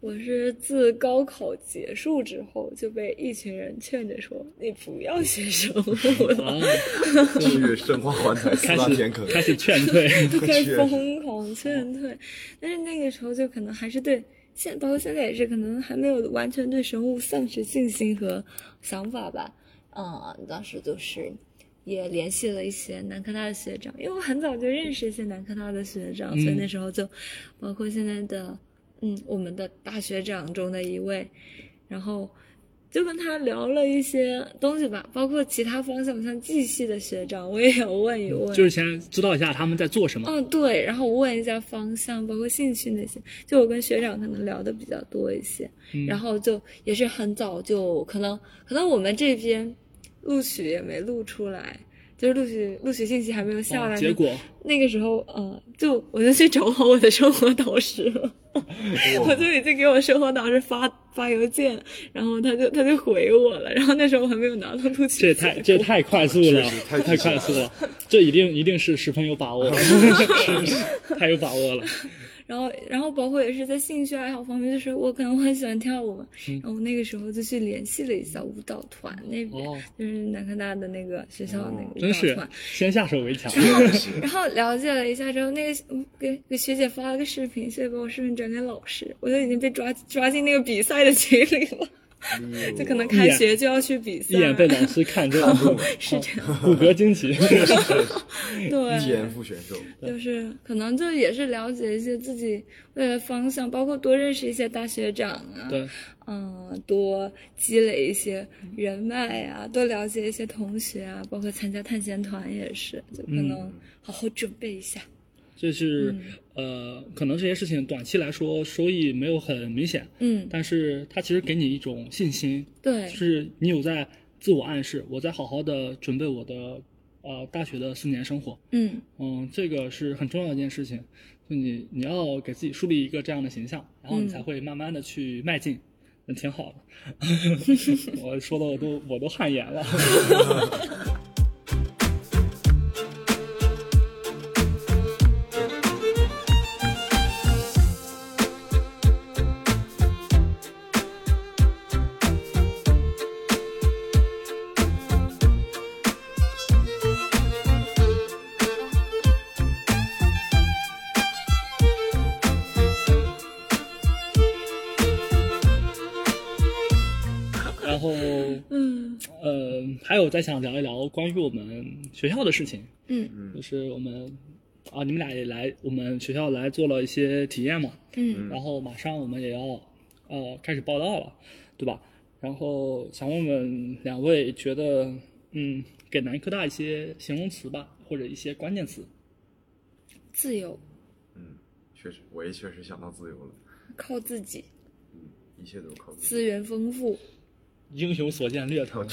Speaker 3: 我是自高考结束之后就被一群人劝着说：“你不要学生物了。
Speaker 1: 哦，
Speaker 2: 去申花环台四
Speaker 1: 开
Speaker 2: 大天
Speaker 1: 始
Speaker 2: 坑，
Speaker 1: 开始劝退。”
Speaker 3: 就开
Speaker 2: 确
Speaker 3: 始
Speaker 2: 实
Speaker 3: 疯
Speaker 1: 嗯
Speaker 3: 狂劝退。但是那个时候就可能还是对现，包括现在也是，可能还没有完全对生物丧失信心和想法吧。嗯，当时就是也联系了一些南科大的学长，因为我很早就认识一些南科大的学长，所以
Speaker 1: 嗯
Speaker 3: 那时候就包括现在的嗯我们的大学长中的一位，然后。就跟他聊了一些东西吧，包括其他方向，像技系的学长，我也有问一问。
Speaker 1: 就是先知道一下他们在做什么。
Speaker 3: 嗯，对，然后问一下方向，包括兴趣那些，就我跟学长可能聊的比较多一些，
Speaker 1: 嗯
Speaker 3: 然后就也是很早就可能可能我们这边录取也没录出来，就是录取录取信息还没有下
Speaker 1: 哦
Speaker 3: 来，
Speaker 1: 结果
Speaker 3: 那个时候，呃，就我就去找好我的生活导师了， 我就已经给我生活导师发发邮件了，然后他就他就回我了，然后那时候我还没有拿到录取，
Speaker 1: 这也太这也太快速了，太快速了，这一定一定是十分有把 握，太有把握了。
Speaker 3: 然后，然后包括也是在兴趣爱好方面，就是我可能我很喜欢跳舞嘛，然后我那个时候就去联系了一下舞蹈团那边，
Speaker 1: 哦，
Speaker 3: 就是南科大的那个学校的那个
Speaker 1: 真
Speaker 3: 舞蹈
Speaker 1: 是
Speaker 3: 团，
Speaker 1: 先下手为强。
Speaker 3: 然后了解了一下之后，那个嗯给给学姐发了个视频，学姐把我视频转给老师，我就已经被抓抓进那个比赛的群里了。
Speaker 2: 哎
Speaker 3: 就可能开学就要去比赛，
Speaker 1: 一眼被老师看中，
Speaker 3: 是这样，
Speaker 1: 骨骼惊 奇。
Speaker 3: 对，
Speaker 2: 天赋选手，
Speaker 3: 就是可能就也是了解一些自己未来方向，包括多认识一些大学长啊，
Speaker 1: 对，
Speaker 3: 嗯，多积累一些人脉啊，多了解一些同学啊，包括参加探险团也是，就可
Speaker 1: 嗯
Speaker 3: 能好好准备一下。
Speaker 1: 就是
Speaker 3: 嗯
Speaker 1: 呃，可能这些事情短期来说收益没有很明显，
Speaker 3: 嗯，
Speaker 1: 但是它其实给你一种信心，
Speaker 3: 对
Speaker 1: 就，是你有在自我暗示，我在好好的准备我的呃大学的四年生活。
Speaker 3: 嗯
Speaker 1: 嗯，这个是很重要的一件事情，就你你要给自己树立一个这样的形象，然后你
Speaker 3: 嗯
Speaker 1: 才会慢慢的去迈进，那挺好的。 我说的我都我都汗颜了。然后
Speaker 3: 嗯
Speaker 1: 呃，还有再想聊一聊关于我们学校的事情，
Speaker 3: 嗯
Speaker 1: 就是我们啊，你们俩也来我们学校来做了一些体验嘛，
Speaker 3: 嗯
Speaker 1: 然后马上我们也要呃开始报道了，对吧？然后想问问两位，觉得嗯，给南科大一些形容词吧，或者一些关键词。
Speaker 3: 自由，
Speaker 2: 嗯，确实，我也确实想到自由了，
Speaker 3: 靠自己，
Speaker 2: 嗯，一切都靠自己。
Speaker 3: 资源丰富，
Speaker 1: 英雄所见略同。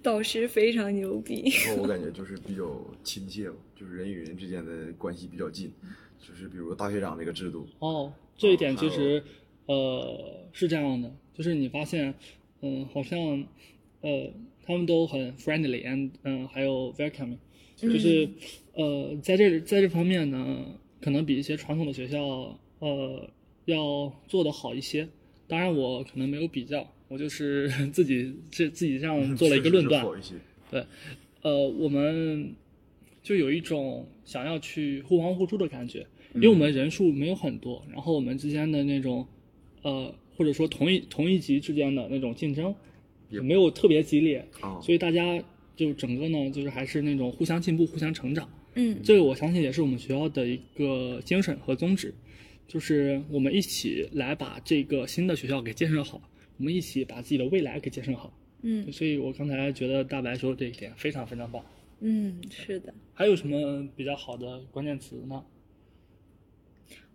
Speaker 3: 导师非常牛逼。
Speaker 2: 然后我感觉就是比较亲切吧，就是人与人之间的关系比较近，就是比如大学长这个制度，
Speaker 1: 哦，这一点其实
Speaker 2: 哦
Speaker 1: 呃是这样的，就是你发现嗯、好像呃他们都很 friendly and 嗯、还有 welcoming，就是呃在这在这方面呢，可能比一些传统的学校呃要做得好一些。当然我可能没有比较，我就是 自己自自己这样嗯做了一个论断
Speaker 2: 确实是。好一些，
Speaker 1: 呃，我们就有一种想要去互帮互助的感觉，因为我们人数没有很多，然后我们之间的那种，呃，或者说同一同一级之间的那种竞争，
Speaker 2: 也
Speaker 1: 没有特别激烈，
Speaker 2: 啊，
Speaker 1: 所以大家就整个呢，就是还是那种互相进步、互相成长。
Speaker 3: 嗯
Speaker 1: 这个我相信也是我们学校的一个精神和宗旨，就是我们一起来把这个新的学校给建设好，我们一起把自己的未来给建设好。
Speaker 3: 嗯
Speaker 1: 所以我刚才觉得大白说的这一点非常非常棒。
Speaker 3: 嗯，是的，
Speaker 1: 还有什么比较好的关键词呢？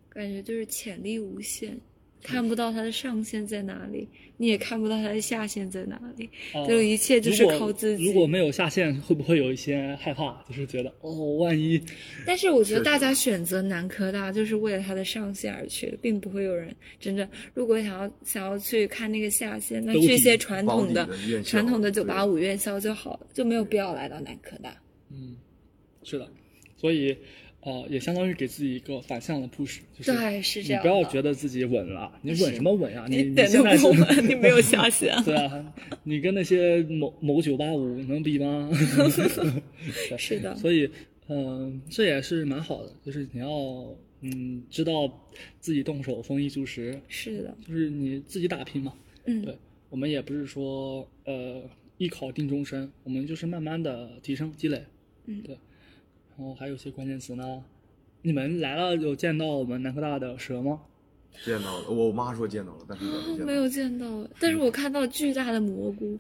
Speaker 3: 感觉就是潜力无限，看不到它的上限在哪里，你也看不到它的下限在哪里，
Speaker 1: 啊
Speaker 3: 就一切就是靠自己
Speaker 1: 如果。如果没有下限，会不会有一些害怕？就是觉得哦，万一
Speaker 3: 但是我觉得大家选择南科大就是为了它的上限而去，并不会有人真的如果想要想要去看那个下限，那
Speaker 1: 兜底
Speaker 3: 去一些传统的
Speaker 2: 保底的院校
Speaker 3: 传统的九
Speaker 2: 对
Speaker 3: 八五院校就好了，就没有必要来到南科大。
Speaker 1: 嗯，是的，所以呃，也相当于给自己一个反向的 push，就是
Speaker 3: 对，是这
Speaker 1: 你
Speaker 3: 样。
Speaker 1: 不要觉得自己稳了，你稳什么稳 啊？你
Speaker 3: 一
Speaker 1: 你
Speaker 3: 点
Speaker 1: 现
Speaker 3: 都
Speaker 1: 在
Speaker 3: 不
Speaker 1: 是
Speaker 3: 稳，你没有下限。
Speaker 1: 对啊，你跟那些某某九八五能比吗？
Speaker 3: 是的，
Speaker 1: 所以，嗯、这也是蛮好的，就是你要嗯，知道自己动手丰衣足食，
Speaker 3: 是的，
Speaker 1: 就是你自己打拼嘛。
Speaker 3: 嗯
Speaker 1: 对，我们也不是说呃一考定终身，我们就是慢慢的提升积累。
Speaker 3: 嗯
Speaker 1: 对。然后还有一些关键词呢，你们来了有见到我们南科大的蛇吗？
Speaker 2: 见到了，我妈说见到了，但是我没见到，
Speaker 3: 哦没有见到，但是我看到巨大的蘑菇，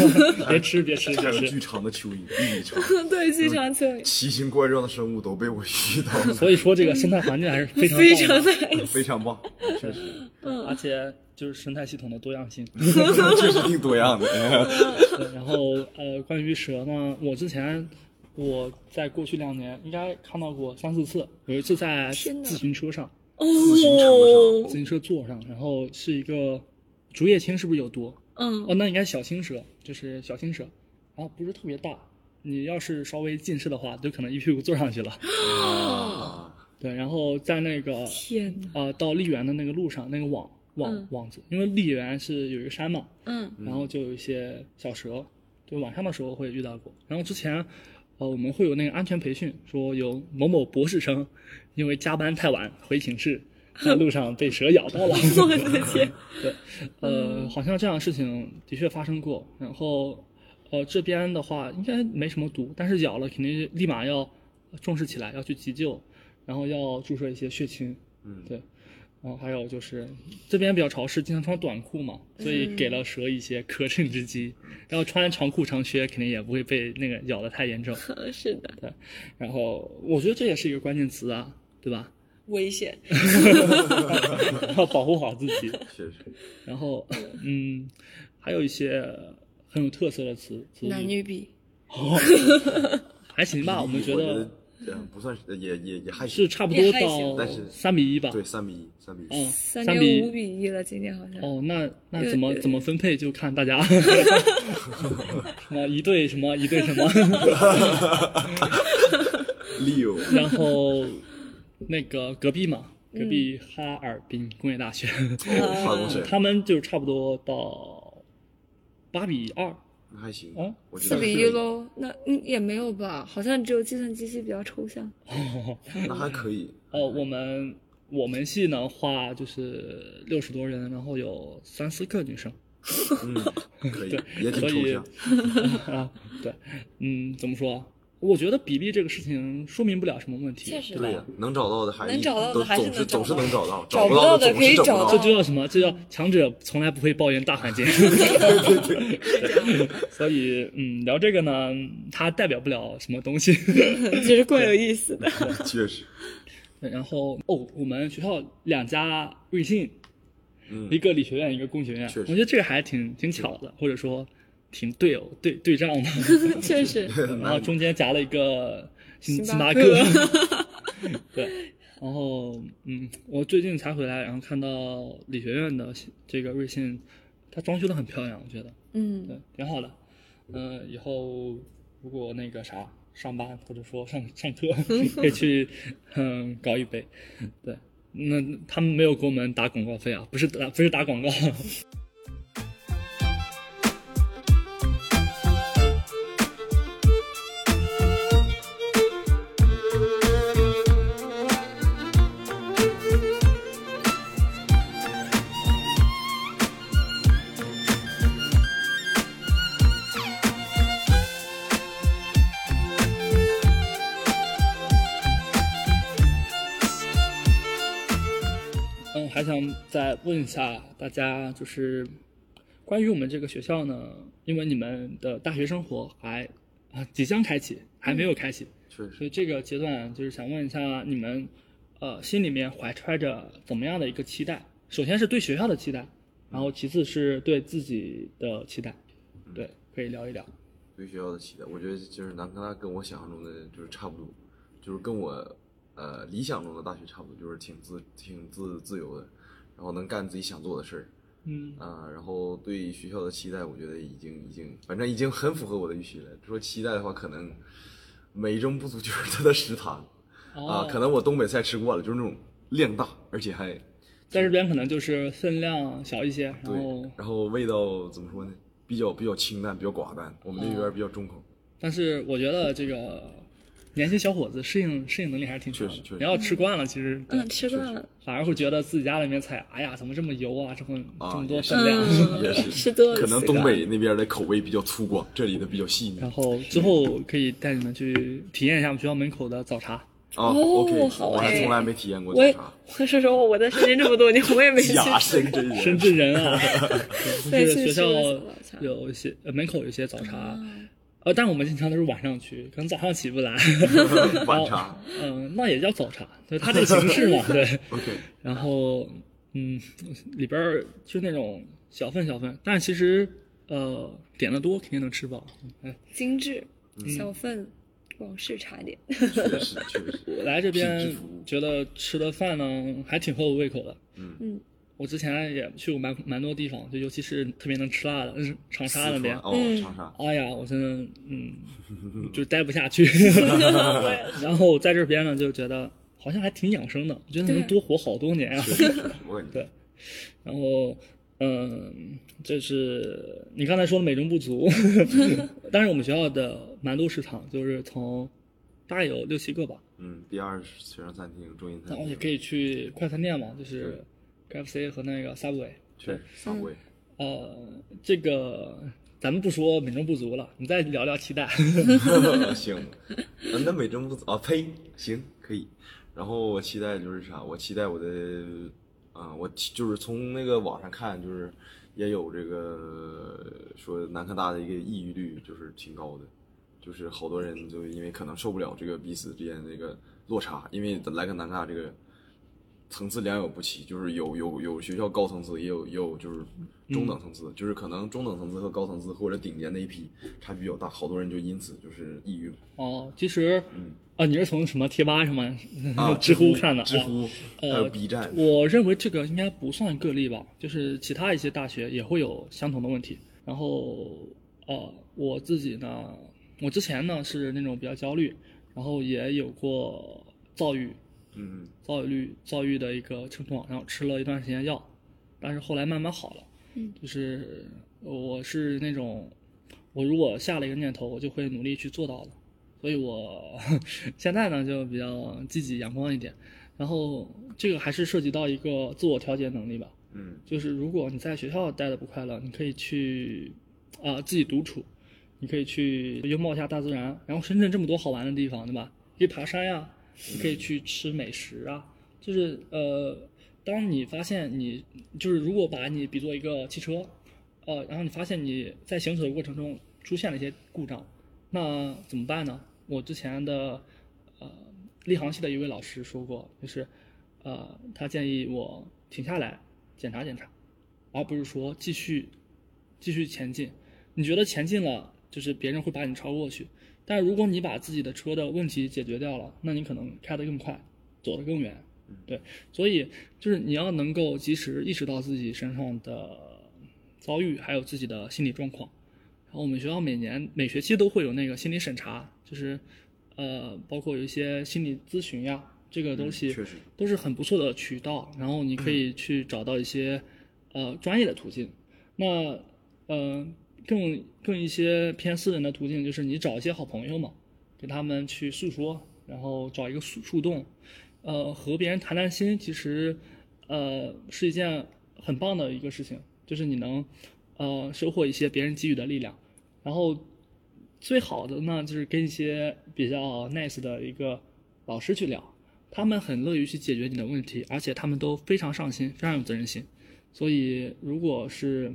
Speaker 1: 别吃，别吃，
Speaker 2: 还
Speaker 1: 别
Speaker 2: 有巨
Speaker 1: 吃。
Speaker 2: 长的蚯蚓，一米长，
Speaker 1: 嗯
Speaker 3: 对，巨长蚯蚓，
Speaker 2: 奇形怪状的生物都被我遇到了，
Speaker 1: 所以说这个生态环境还是非常
Speaker 3: 非
Speaker 1: 棒
Speaker 3: 常
Speaker 1: 的，
Speaker 3: 嗯的，
Speaker 2: 非常棒，确实，
Speaker 1: 而且就是生态系统的多样性。
Speaker 2: 确实挺多样的。
Speaker 1: 对，然后呃，关于蛇呢，我之前我在过去两年应该看到过三四次，有一次在
Speaker 3: 天哪
Speaker 1: 自行车上，
Speaker 3: 哦
Speaker 1: 自，行车座上，然后是一个竹叶青，是不是有毒？哦，
Speaker 3: 嗯，
Speaker 1: 那应该小青蛇，就是小青蛇，然后不是特别大，你要是稍微近视的话，就可能一屁股坐上去了。
Speaker 2: 啊
Speaker 1: 对，然后在那个
Speaker 3: 天哪，
Speaker 1: 呃到丽园的那个路上，那个网网
Speaker 3: 嗯
Speaker 1: 网子，因为丽园是有一个山嘛，
Speaker 3: 嗯
Speaker 1: 然后就有一些小蛇，就晚上的时候会遇到过。然后之前，呃，我们会有那个安全培训，说有某某博士生因为加班太晚回寝室，在路上被蛇咬到了。
Speaker 3: 我的天，
Speaker 1: 呃，好像这样的事情的确发生过。然后，呃，这边的话应该没什么毒，但是咬了肯定立马要重视起来，要去急救，然后要注射一些血清。
Speaker 2: 嗯
Speaker 1: 对。然后还有就是这边比较潮湿，经常穿短裤嘛，所以给了蛇一些可乘之机。然后穿长裤长靴肯定也不会被那个咬得太严重。
Speaker 3: 嗯是的，
Speaker 1: 然后我觉得这也是一个关键词啊，对吧？
Speaker 5: 危险。
Speaker 1: 要保护好自己。
Speaker 2: 确实，
Speaker 1: 然后，嗯，还有一些很有特色的词，词语
Speaker 5: 男女比，
Speaker 1: 还行吧，我们觉
Speaker 2: 觉
Speaker 1: 得，
Speaker 2: 嗯，不算是，也也也还
Speaker 1: 是
Speaker 2: 行，
Speaker 1: 差不多
Speaker 5: 也还行
Speaker 1: 到
Speaker 2: 但是
Speaker 1: 三比一吧。
Speaker 2: 对，三比一，三比一，
Speaker 1: 嗯，
Speaker 3: 三
Speaker 1: 三比
Speaker 3: 点五
Speaker 1: 一。
Speaker 3: 比一了，今天好像。
Speaker 1: 哦，那那
Speaker 3: 对
Speaker 1: 怎么
Speaker 3: 对
Speaker 1: 怎么分配就看大家， 什么一对什么一对什么，
Speaker 2: 六，
Speaker 1: 然后那个隔壁嘛，隔壁哈尔滨工业大学，
Speaker 2: 跨过水，
Speaker 1: 他们就差不多到八比二，
Speaker 2: 还行
Speaker 1: 嗯，
Speaker 2: 我觉
Speaker 3: 四
Speaker 2: 得
Speaker 3: 比
Speaker 2: 还
Speaker 3: 一
Speaker 2: 可以，
Speaker 3: 喽，那嗯也没有吧，好像只有计算机系比较抽象。
Speaker 2: 那还可以，
Speaker 1: 呃，我们我们系的话就是六十多人，然后有三四个女生，
Speaker 2: 嗯，可以
Speaker 1: 对，
Speaker 2: 也挺
Speaker 1: 所
Speaker 2: 抽
Speaker 1: 以
Speaker 2: 象，
Speaker 1: 啊，对，嗯，怎么说啊？我觉得比例这个事情说明不了什么问题，
Speaker 5: 确实
Speaker 1: 对
Speaker 2: 对
Speaker 1: 吧
Speaker 2: 呀？，能找到的还
Speaker 5: 能找到的
Speaker 2: 都
Speaker 5: 还是
Speaker 2: 总是
Speaker 5: 能找到
Speaker 2: 总是能找到，
Speaker 5: 找不
Speaker 2: 不到
Speaker 5: 到的
Speaker 2: 总
Speaker 5: 可
Speaker 2: 是
Speaker 5: 以
Speaker 2: 找
Speaker 5: 找
Speaker 2: 不
Speaker 1: 这
Speaker 5: 到
Speaker 1: 就叫什么？这叫强者从来不会抱怨大汉奸。 所以，嗯，聊这个呢，它代表不了什么东西。
Speaker 3: 其实怪有意思的。
Speaker 2: 确实，
Speaker 1: 对然后哦，我们学校两家瑞幸，
Speaker 2: 嗯
Speaker 1: 一个理学院，一个工学院，
Speaker 2: 确
Speaker 1: 我
Speaker 2: 实
Speaker 1: 觉得这个还挺挺巧的，或者说挺对偶对对仗的。
Speaker 3: 确实，
Speaker 1: 然后中间夹了一个星
Speaker 3: 星
Speaker 1: 星
Speaker 3: 巴
Speaker 1: 巴
Speaker 3: 克
Speaker 1: 克， 对。然后，嗯，我最近才回来，然后看到理学院的这个瑞幸，它装修的很漂亮，我觉得，
Speaker 3: 嗯，
Speaker 1: 对，挺好的。嗯、以后如果那个啥上班或者说上上课，可以去嗯搞一杯。对，那他们没有给我们打广告费啊，不是打不是打广告。嗯，还想再问一下大家，就是关于我们这个学校呢，因为你们的大学生活还啊即将开启，还没有开启，
Speaker 2: 确实，
Speaker 1: 所以这个阶段就是想问一下你们，呃，心里面怀揣着怎么样的一个期待？首先是对学校的期待，然后其次是对自己的期待，
Speaker 2: 嗯
Speaker 1: 对，可以聊一聊。
Speaker 2: 对学校的期待，我觉得就是南科大跟我想象中的就是差不多，就是跟我呃理想中的大学差不多，就是挺自挺自自由的，然后能干自己想做的事儿，
Speaker 1: 嗯
Speaker 2: 啊、然后对学校的期待，我觉得已经已经，反正已经很符合我的预期了。说期待的话，可能美中不足就是它的食堂啊、
Speaker 1: 哦
Speaker 2: 可能我东北菜吃惯了，就是那种量大，而且还
Speaker 1: 在这边可能就是分量小一些，然后
Speaker 3: 哦
Speaker 2: 对，然后味道怎么说呢，比较比较清淡，比较寡淡。我
Speaker 3: 哦
Speaker 2: 们那边比较重口，
Speaker 1: 但是我觉得这个年轻小伙子适应 适应能力还是挺强
Speaker 2: 确实确
Speaker 1: 的。
Speaker 2: 实
Speaker 1: 你要吃惯了，其实对
Speaker 3: 嗯，吃惯了，
Speaker 1: 反而会觉得自己家里面菜，哎呀，怎么这么油啊，这么
Speaker 2: 啊
Speaker 1: 这么多
Speaker 2: 也是
Speaker 1: 分量。
Speaker 2: 也
Speaker 3: 嗯，
Speaker 2: 是
Speaker 3: 吃多了
Speaker 2: 可能
Speaker 3: 习
Speaker 2: 东
Speaker 3: 惯了
Speaker 2: 北那边的口味比较粗犷，这里的比较细腻
Speaker 3: 哦
Speaker 1: 然后之后可以带你们去体验一下我们学校门口的早 茶。
Speaker 2: 啊。
Speaker 3: 哦
Speaker 2: OK，
Speaker 3: 好
Speaker 2: 我还
Speaker 3: 哎
Speaker 2: 从来没体验过
Speaker 3: 我
Speaker 2: 早
Speaker 3: 也
Speaker 2: 茶，，
Speaker 3: 我说实话，我在深圳这么多年，我也没去
Speaker 2: 啊 假深圳人，
Speaker 1: 深圳人啊，就
Speaker 3: 对去
Speaker 1: 是学
Speaker 3: 吃
Speaker 1: 校
Speaker 3: 了早茶
Speaker 1: 有一些呃门口有一些早茶，
Speaker 3: 嗯
Speaker 1: 呃，但我们经常都是晚上去，可能早上起 不来。
Speaker 2: 晚茶。
Speaker 3: 哦
Speaker 1: 嗯，那也叫早茶，就是它这 个形式嘛，对。
Speaker 2: OK，
Speaker 1: 然后，嗯，里边儿就那种小份小份，但其实呃点的多肯定能吃饱。哎，
Speaker 3: 精致
Speaker 2: 嗯
Speaker 3: 小份广式茶 点。
Speaker 2: 确实确 实，
Speaker 1: 我来这
Speaker 2: 品
Speaker 1: 边
Speaker 2: 质服务
Speaker 1: 觉得吃的饭呢还挺合我胃口的。
Speaker 3: 嗯，
Speaker 1: 我之前也去过蛮蛮多地方，就尤其是特别能吃辣的，嗯，长
Speaker 2: 四
Speaker 1: 沙那
Speaker 2: 川
Speaker 1: 边。
Speaker 3: 嗯
Speaker 2: 哦，长沙。
Speaker 1: 哎呀，我真的嗯，就待不下 去。
Speaker 3: 嗯
Speaker 1: 然后在这边呢，就觉得好像还挺养生的，我觉得能多活好多年啊。
Speaker 2: 我感觉
Speaker 1: 对然后，嗯，这是你刚才说的美中不 足，但是我们学校的馒头市场就是从大概有六七个吧，
Speaker 2: 嗯，第二是学生餐厅、中英餐
Speaker 1: 然后
Speaker 2: 厅，
Speaker 1: 哦也可以去快餐店嘛，就是 KFC 和那个 Subway。
Speaker 2: 确实
Speaker 1: 嗯
Speaker 2: 上位。
Speaker 1: 呃，这个咱们不说美中不足了，你再聊聊期待。
Speaker 2: 行，啊那美中不足啊，呸，行可以。然后我期待就是啥？我期待我的啊、我期就是从那个网上看，就是也有这个说南科大的一个抑郁率就是挺高的，就是好多人就因为可能受不了这个彼此之间的这个落差，因为来跟南科大这个层次良莠不齐，就是有有有学校高层次，也有也有就是中等层次，就是可能中等层次和高层次或者顶尖那一批差距比较大，好多人就因此就是抑郁
Speaker 1: 哦，其实
Speaker 2: 嗯，
Speaker 1: 啊，你是从什么贴吧上面、
Speaker 2: 啊
Speaker 1: 嗯知乎看的？
Speaker 2: 知
Speaker 1: 啊
Speaker 2: 乎还
Speaker 1: 呃
Speaker 2: 有 B 站，
Speaker 1: 我认为这个应该不算个例吧，就是其他一些大学也会有相同的问题。然后，呃，我自己呢，我之前呢是那种比较焦虑，然后也有过躁郁，
Speaker 2: 嗯，
Speaker 1: 躁郁率躁郁的一个症状，然后吃了一段时间药，但是后来慢慢好了。
Speaker 3: 嗯，
Speaker 1: 就是呃我是那种，我如果下了一个念头，我就会努力去做到的。所以我 现在呢就比较积极阳光一点。然后这个还是涉及到一个自我调节能力吧，
Speaker 2: 嗯
Speaker 1: 就是如果你在学校待的不快乐，你可以去啊、呃自己独处，你可以去拥抱一下大自然。然后深圳这么多好玩的地方，对吧？可以爬山呀、你可以去吃美食啊。就是呃，当你发现你就是如果把你比作一个汽车，呃，然后你发现你在行驶的过程中出现了一些故障，那怎么办呢？我之前的呃立航系的一位老师说过，就是呃，他建议我停下来检查检查，而不是说继续继续前进。你觉得前进了，就是别人会把你超过去，但如果你把自己的车的问题解决掉了，那你可能开得更快，走得更远。
Speaker 2: 嗯
Speaker 1: 对，所以就是你要能够及时意识到自己身上的遭遇，还有自己的心理状况。然后我们学校每年每学期都会有那个心理审查，就是呃，包括有一些心理咨询呀，这个东西、
Speaker 2: 嗯确实
Speaker 1: 都是很不错的渠道。然后你可以去找到一些、呃专业的途径。那呃更更一些偏私人的途径，就是你找一些好朋友嘛，给他们去诉说，然后找一个树树洞，呃，和别人谈谈心，其实呃是一件很棒的一个事情，就是你能呃收获一些别人给予的力量，然后最好的呢就是跟一些比较 nice 的一个老师去聊，他们很乐于去解决你的问题，而且他们都非常上心，非常有责任心，所以如果是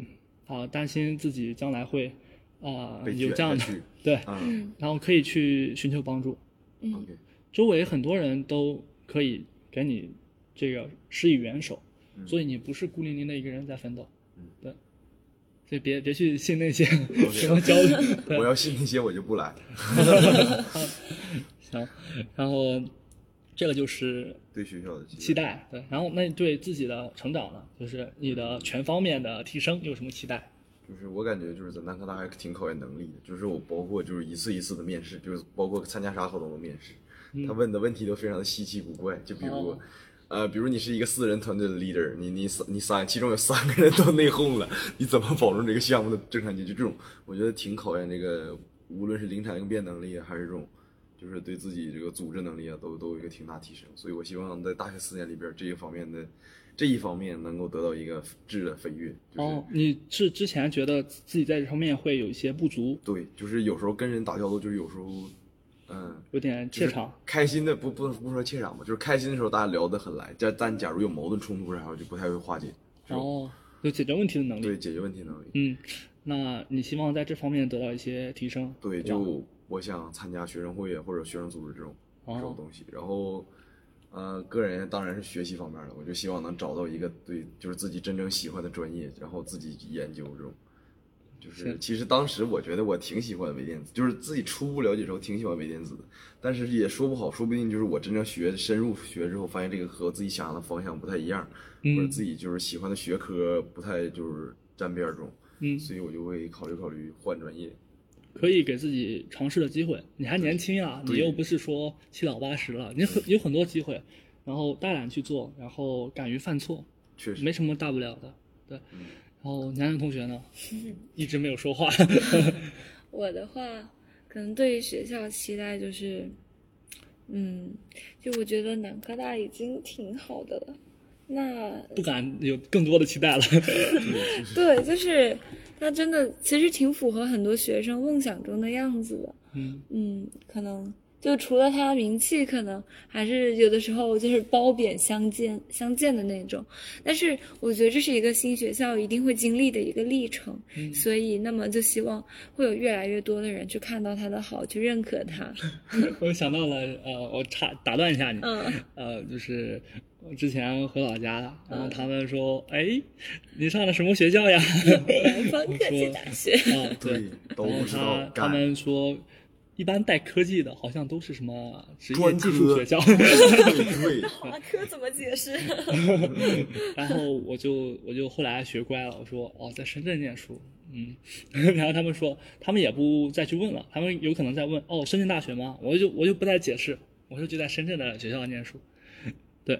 Speaker 1: 啊、担心自己将来会啊、
Speaker 2: 被
Speaker 1: 有
Speaker 2: 卷
Speaker 1: 这样的
Speaker 2: 下去
Speaker 1: 对，
Speaker 2: 嗯
Speaker 3: 嗯
Speaker 1: 然后可以去寻求帮助。
Speaker 3: 嗯
Speaker 2: ，OK，
Speaker 1: 周围很多人都可以给你这个施以援手，
Speaker 2: 嗯
Speaker 1: 所以你不是孤零零的一个人在奋斗。
Speaker 2: 嗯，
Speaker 1: 对，所以别别去信那些什么焦虑。 对
Speaker 2: 我要信那些我就不来。
Speaker 1: 行，然后这个就是
Speaker 2: 对学校的
Speaker 1: 期，待，对，然后那你对自己的成长呢，就是你的全方面的提升有什么期待？
Speaker 2: 就是我感觉就是在南科大还挺考验能力的，就是我包括就是一次一次的面试，就是包括参加啥活动的面试，他问的问题都非常的稀奇古怪，就比如
Speaker 1: 哦。
Speaker 2: 呃，比如你是一个四人团队的 leader，你你三你三，其中有三个人都内讧了，你怎么保证这个项目的正常解决？这种我觉得挺考验这个，无论是临场应变能力啊，还是这种，就是对自己这个组织能力啊，都都有一个挺大提升。所以我希望在大学四年里边，这一方面的这一方面能够得到一个质的飞跃。就是、
Speaker 1: 哦，你是之前觉得自己在这方面会有一些不足，
Speaker 2: 对，就是有时候跟人打交道，就是有时候，嗯，
Speaker 1: 有点
Speaker 2: 就
Speaker 1: 怯
Speaker 2: 是
Speaker 1: 场。
Speaker 2: 开心的不不不说怯场吧，就是开心的时候大家聊得很来，但但假如有矛盾冲突啥的，就不太会化解。这种
Speaker 1: 哦，有解决问题的能力。
Speaker 2: 对解决问题能力，
Speaker 1: 嗯，那你希望在这方面得到一些提升？
Speaker 2: 对，
Speaker 1: 吧
Speaker 2: 就我想参加学生会啊或者学生组织这种这种
Speaker 1: 哦，
Speaker 2: 东西，然后。呃，个人当然是学习方面的，我就希望能找到一个对，就是自己真正喜欢的专业，然后自己研究这种。就是
Speaker 1: 是
Speaker 2: 其实当时我觉得我挺喜欢微电子，就是自己初步了解之后挺喜欢微电子的，但是也说不好，说不定就是我真正学深入学之后，发现这个和我自己想象的方向不太一样，或者
Speaker 1: 嗯
Speaker 2: 自己就是喜欢的学科不太就是沾边儿中，
Speaker 1: 嗯，
Speaker 2: 所以我就会考虑考虑换专业。
Speaker 1: 可以给自己尝试的机会。你还年轻啊，你
Speaker 2: 对
Speaker 1: 又不是说七老八十了，你很有很多机会，然后大胆去做，然后敢于犯错，
Speaker 2: 确实，
Speaker 1: 没什么大不了的。对，
Speaker 2: 嗯
Speaker 1: 然后娘娘同学呢，一直没有说话。
Speaker 3: 我的话，可能对于学校期待就是，嗯，就我觉得南科大已经挺好的了。那
Speaker 1: 不敢有更多的期待了。
Speaker 3: 对，就是它真的其实挺符合很多学生梦想中的样子的。
Speaker 1: 嗯，
Speaker 3: 嗯，可能就除了他名气，可能还是有的时候就是褒贬相间相间的那种。但是我觉得这是一个新学校一定会经历的一个历程，所以那么就希望会有越来越多的人去看到他的好，去认可他。
Speaker 1: 我又想到了，呃，我插打断一下你，
Speaker 3: 嗯，
Speaker 1: 呃，就是我之前回老家了，然后
Speaker 2: 嗯
Speaker 1: 他们说，哎，你上的什么学校呀？
Speaker 3: 南方科技大学。
Speaker 1: 啊，对，
Speaker 2: 嗯都
Speaker 1: 然后
Speaker 2: 不知道
Speaker 1: 他他
Speaker 2: 干
Speaker 1: 们说，一般带科技的，好像都是什么职业
Speaker 2: 专
Speaker 1: 技术
Speaker 2: 科
Speaker 1: 学校。
Speaker 2: 对，
Speaker 3: 华科怎么解释？
Speaker 1: 然后我就我就后来学乖了，我说哦，在深圳念书，嗯， 然后他们说他们也不再去问了，他们有可能在问哦，深圳大学吗？我就我就不再解释，我说就在深圳的学校念书。对，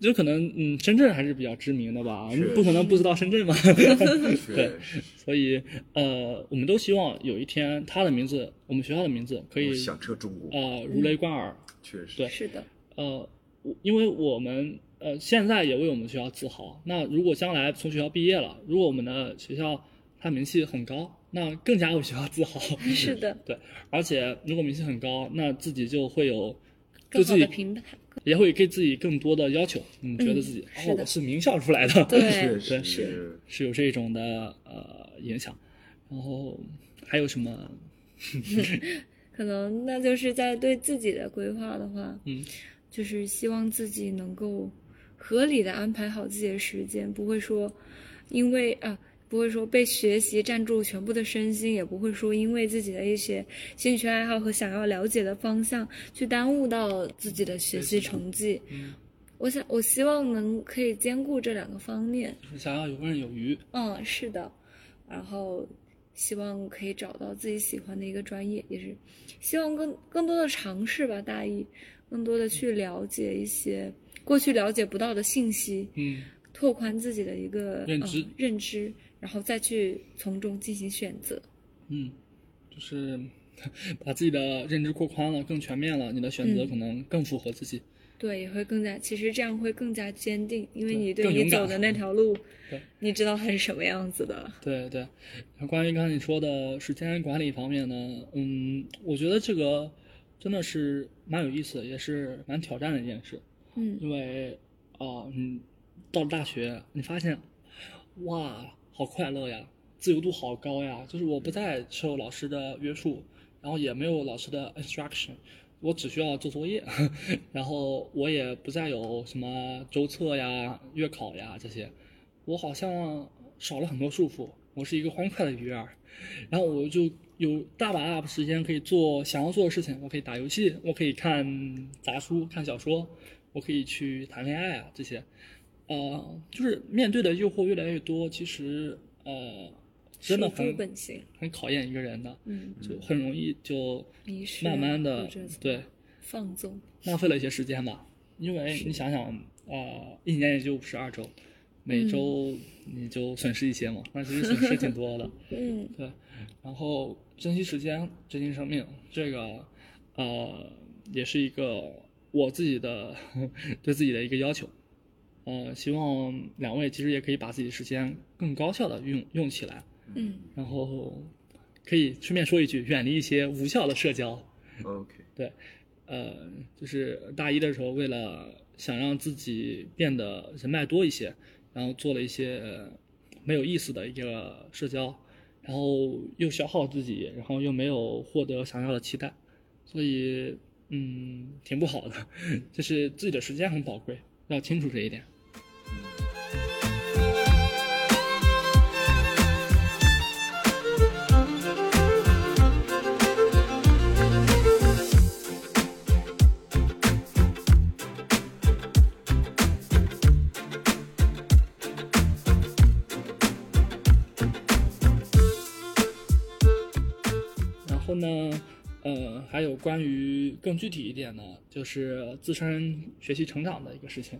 Speaker 1: 就可能嗯，深圳还是比较知名的吧，
Speaker 2: 是
Speaker 1: 不可能不知道深圳吧。
Speaker 2: 对，确实
Speaker 1: 所以呃，我们都希望有一天他的名字，我们学校的名字可以
Speaker 2: 我响彻中国，
Speaker 1: 呃如雷贯耳，
Speaker 2: 确实
Speaker 1: 对
Speaker 3: 是的，
Speaker 1: 呃，我因为我们呃现在也为我们学校自豪。那如果将来从学校毕业了，如果我们的学校它名气很高，那更加为学校自豪。
Speaker 3: 是的，
Speaker 1: 而且如果名气很高，那自己就会有对
Speaker 3: 更
Speaker 1: 自
Speaker 3: 好的
Speaker 1: 己
Speaker 3: 平台。
Speaker 1: 也会给自己更多的要求。你觉得自己、
Speaker 3: 是
Speaker 1: 哦，
Speaker 3: 的
Speaker 1: 我是名校出来的，
Speaker 3: 对，
Speaker 2: 确
Speaker 3: 是
Speaker 2: 实
Speaker 1: 是有这种的呃影响。然后还有什么？
Speaker 3: 可能那就是在对自己的规划的话，
Speaker 1: 嗯，
Speaker 3: 就是希望自己能够合理的安排好自己的时间，不会说因为啊。不会说被学习占住全部的身心，也不会说因为自己的一些兴趣爱好和想要了解的方向去耽误到自己的学习成绩。
Speaker 1: 嗯，
Speaker 3: 我想，我希望能可以兼顾这两个方面。
Speaker 1: 就是想要游刃有余。
Speaker 3: 嗯，是的，然后希望可以找到自己喜欢的一个专业，也是希望更更多的尝试吧，大一，更多的去了解一些过去了解不到的信息，
Speaker 1: 嗯，
Speaker 3: 拓宽自己的一个
Speaker 1: 认
Speaker 3: 呃
Speaker 1: 知
Speaker 3: 认知，然后再去从中进行选择。
Speaker 1: 嗯，就是 把自己的认知扩宽了，更全面了，你的选择
Speaker 3: 嗯
Speaker 1: 可能更符合自己。
Speaker 3: 对，也会更加，其实这样会更加坚定，因为
Speaker 1: 对
Speaker 3: 你对
Speaker 1: 更
Speaker 3: 你
Speaker 1: 勇敢
Speaker 3: 走的那条路
Speaker 1: 对，
Speaker 3: 你知道它是什么样 子的。
Speaker 1: 对对，关于刚才你说的时间管理方面呢，嗯，我觉得这个真的是蛮有意思，也是蛮挑战的一件事，
Speaker 3: 嗯，
Speaker 1: 因为哦、你到了大学，你发现，哇，好快乐呀，自由度好高呀，就是我不再受老师的约束，然后也没有老师的 instruction。我只需要做作业， 然后我也不再有什么周测呀、月考呀这些，我好像少了很多束缚，我是一个欢快的鱼儿， 然后我就有大把大把时间可以做想要做的事情，我可以打游戏，我可以看杂书、看小说，我可以去谈恋爱啊这些，呃，就是面对的诱惑越来越多，其实呃，真的
Speaker 3: 书
Speaker 1: 很
Speaker 3: 猪本性，
Speaker 1: 很考验一个人的，
Speaker 3: 嗯，
Speaker 1: 就很容易就
Speaker 3: 迷失啊
Speaker 1: 慢慢
Speaker 3: 或
Speaker 1: 的
Speaker 3: 者
Speaker 1: 对
Speaker 3: 放纵。
Speaker 1: 浪费了一些时间吧，因为你想想，呃，一年也就五十二周，每周你就损失一些嘛，那其实损失挺多 的。
Speaker 3: 嗯，
Speaker 1: 对，然后珍惜时间，珍惜生命，这个呃也是一个我自己的对自己的一个要求。呃，希望两位其实也可以把自己的时间更高效的用用起来，
Speaker 3: 嗯，
Speaker 1: 然后可以顺便说一句，远离一些无效的社交。
Speaker 2: ，OK，
Speaker 1: 呃，就是大一的时候，为了想让自己变得人脉多一些，然后做了一些呃没有意思的一个社交，然后又消耗自己，然后又没有获得想要的期待，所以嗯，挺不好的。 就是自己的时间很宝贵，要清楚这一点。然后呢，呃，还有关于更具体一点呢，就是自身学习成长的一个事情。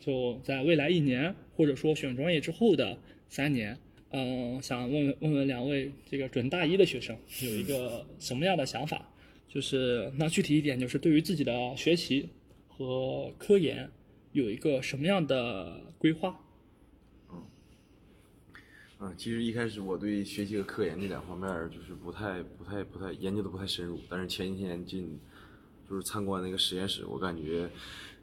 Speaker 1: 就在未来一年，或者说选专业之后的三年，呃嗯、想问问问问两位这个准大一的学生有一个什么样的想法？就是那具体一点，就是对于自己的学习和科研有一个什么样的规划？
Speaker 2: 嗯，其实一开始我对学习和科研这两方面儿就是不太、不太、不太研究的不太深入，但是前几天进就是参观那个实验室，我感觉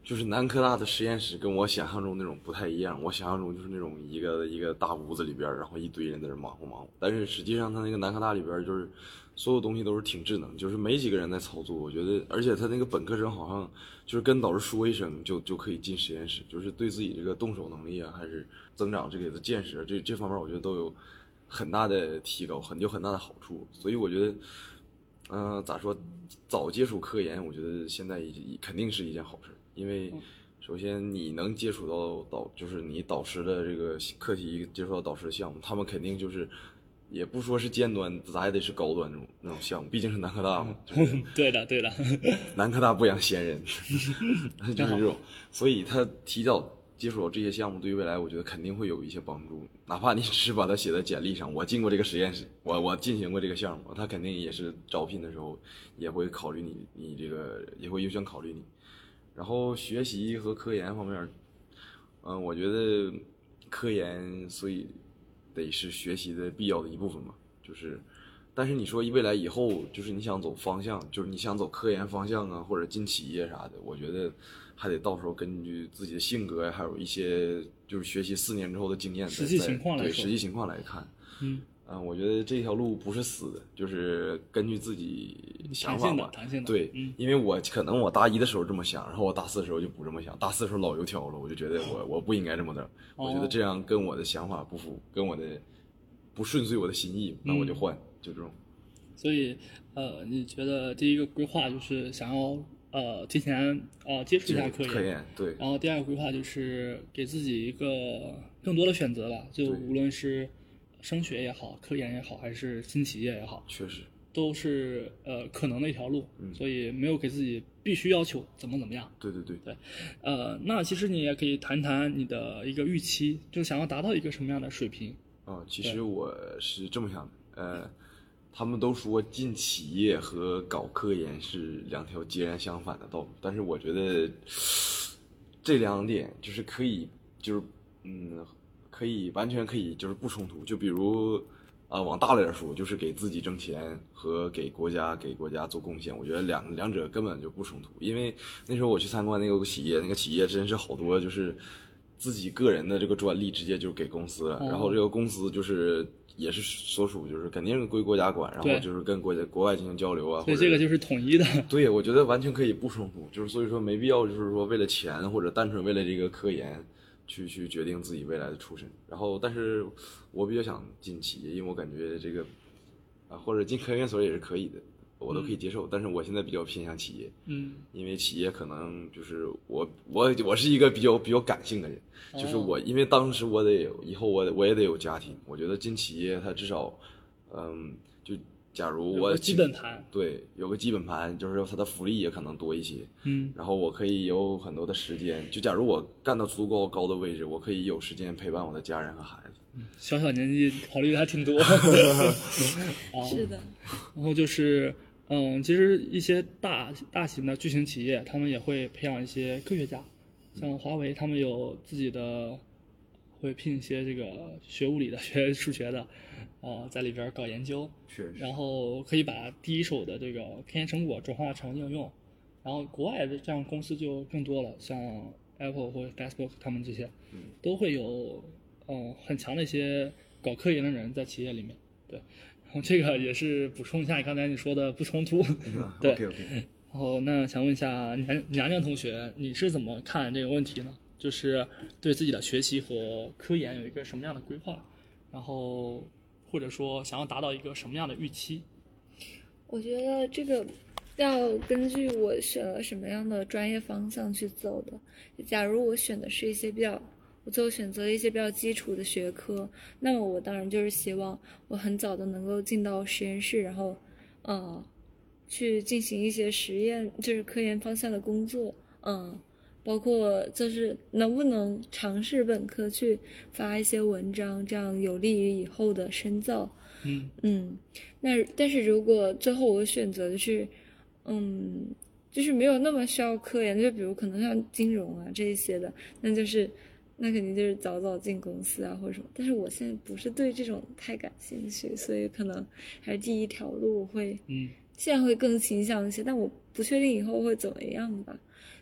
Speaker 2: 就是南科大的实验室跟我想象中那种不太一样。我想象中就是那种一个一个大屋子里边儿，然后一堆人在那儿忙活忙活，但是实际上他那个南科大里边儿就是所有东西都是挺智能，就是没几个人在操作。我觉得，而且他那个本科生好像就是跟导师说一声就就可以进实验室，就是对自己这个动手能力啊，还是增长这个的见识啊这这方面，我觉得都有很大的提高，很有很大的好处。所以我觉得，嗯、咋说，早接触科研，我觉得现在已肯定是一件好事，因为首先你能接触到导，就是你导师的这个课题，接触到导师的项目，他们肯定就是。也不说是尖端，咱也得是高端那种那种项目，毕竟是南科大嘛，就是
Speaker 1: 对的，对的，
Speaker 2: 南科大不养闲人， 就是这种，所以他提早接触到这些项目，对于未来我觉得肯定会有一些帮助。哪怕你只是把它写在简历上，我进过这个实验室，我我进行过这个项目，他肯定也是招聘的时候也会考虑你，你这个也会优先考虑你。然后学习和科研方面，嗯、我觉得科研所以得是学习的必要的一部分嘛，就是。但是你说未来以后，就是你想走方向，就是你想走科研方向啊，或者进企业啥的，我觉得还得到时候根据自己的性格，还有一些就是学习四年之后的经验再，
Speaker 1: 实际
Speaker 2: 再
Speaker 1: 情况来
Speaker 2: 对
Speaker 1: 说
Speaker 2: 实际情况来看。
Speaker 1: 嗯，
Speaker 2: 嗯，我觉得这条路不是死的，就是根据自己想
Speaker 1: 弹
Speaker 2: 法
Speaker 1: 性的，
Speaker 2: 吧。
Speaker 1: 弹性的，
Speaker 2: 对
Speaker 1: 嗯，，
Speaker 2: 因为我可能我大一的时候这么想，然后我大四的时候就不这么想。大四的时候老油条了，我就觉得我我不应该这么整，我觉得
Speaker 1: 哦
Speaker 2: 这样跟我的想法不符，跟我的不顺遂我的心意，那我就
Speaker 1: 嗯
Speaker 2: 换，就这种。
Speaker 1: 所以呃，你觉得第一个规划就是想要呃提前呃接触一下科哦
Speaker 2: 科研，对，
Speaker 1: 然后第二个规划就是给自己一个更多的选择吧，就
Speaker 2: 对
Speaker 1: 无论是升学也好，科研也好，还是新企业也好，
Speaker 2: 确实，
Speaker 1: 都是呃可能的一条路，
Speaker 2: 嗯
Speaker 1: 所以没有给自己必须要求怎么怎么样。
Speaker 2: 对对对，
Speaker 1: 呃，那其实你也可以谈谈你的一个预期，就想要达到一个什么样的水平？
Speaker 2: 啊、其
Speaker 1: 对
Speaker 2: 实我是这么想的，呃，他们都说进企业和搞科研是两条截然相反的道路，但是我觉得这两点就是可以，就是嗯，可以完全可以就是不冲突，就比如。啊，往大了点说，就是给自己挣钱和给国家给国家做贡献，我觉得两两者根本就不冲突。因为那时候我去参观那个企业，那个企业真是好多就是自己个人的这个专利直接就给公司了，
Speaker 1: 哦
Speaker 2: 然后这个公司就是也是所属就是肯定是归国家管，然
Speaker 1: 对
Speaker 2: 后就是跟国家国外进行交流啊。
Speaker 1: 所以
Speaker 2: 或者
Speaker 1: 这个就是统 一的，
Speaker 2: 对，我觉得完全可以不冲突，就是所以说没必要，就是说为了钱或者单纯为了这个科研去去决定自己未来的出身。然后，但是我比较想进企业，因为我感觉这个啊，或者进科研院所也是可以的，我都可以接受。但是我现在比较偏向企业，
Speaker 1: 嗯，
Speaker 2: 因为企业可能就是我我我是一个比较比较感性的人，就是
Speaker 1: 哦
Speaker 2: 我因为当时我得有以后我得我也得有家庭，我觉得进企业它至少，嗯，就假如
Speaker 1: 有
Speaker 2: 我
Speaker 1: 个基
Speaker 2: 请
Speaker 1: 本盘，
Speaker 2: 对，有个基本盘，就是它的福利也可能多一些，
Speaker 1: 嗯，
Speaker 2: 然后我可以有很多的时间。就假如我干到足够高的位置，我可以有时间陪伴我的家人和孩子。
Speaker 1: 小小年纪考虑的还挺多。哦
Speaker 3: 是的，
Speaker 1: 然后就是，嗯，其实一些大大型的巨型企业，他们也会培养一些科学家，像华为，他们有自己的，会聘一些这个学物理的、学数学的，呃，在里边儿搞研究，
Speaker 2: 确实
Speaker 1: 然后可以把第一手的这个科研成果转化成应用，然后国外的这样公司就更多了，像 Apple 或者 Facebook 他们这些，都会有嗯很强的一些搞科研的人在企业里面，对，然后这个也是补充一下你刚才你说的不冲突， 对。
Speaker 2: OK OK，
Speaker 1: 然后那想问一下娘娘娘同学，你是怎么看这个问题呢？就是对自己的学习和科研有一个什么样的规划，然后或者说想要达到一个什么样的预期？
Speaker 3: 我觉得这个要根据我选了什么样的专业方向去走的。假如我选的是一些比较，我最后选择了一些比较基础的学科，那么我当然就是希望我很早的能够进到实验室，然后，呃，去进行一些实验，就是科研方向的工作，嗯。包括就是能不能尝试本科去发一些文章，这样有利于以后的深造。
Speaker 1: 嗯
Speaker 3: 嗯，那但是如果最后我选择的是，嗯，就是没有那么需要科研，就比如可能像金融啊这一些的，那就是那肯定就是早早进公司啊或者什么。但是我现在不是对这种太感兴趣，所以可能还是第一条路我会
Speaker 1: 嗯，
Speaker 3: 现在会更倾向一些，但我不确定以后会怎么样吧，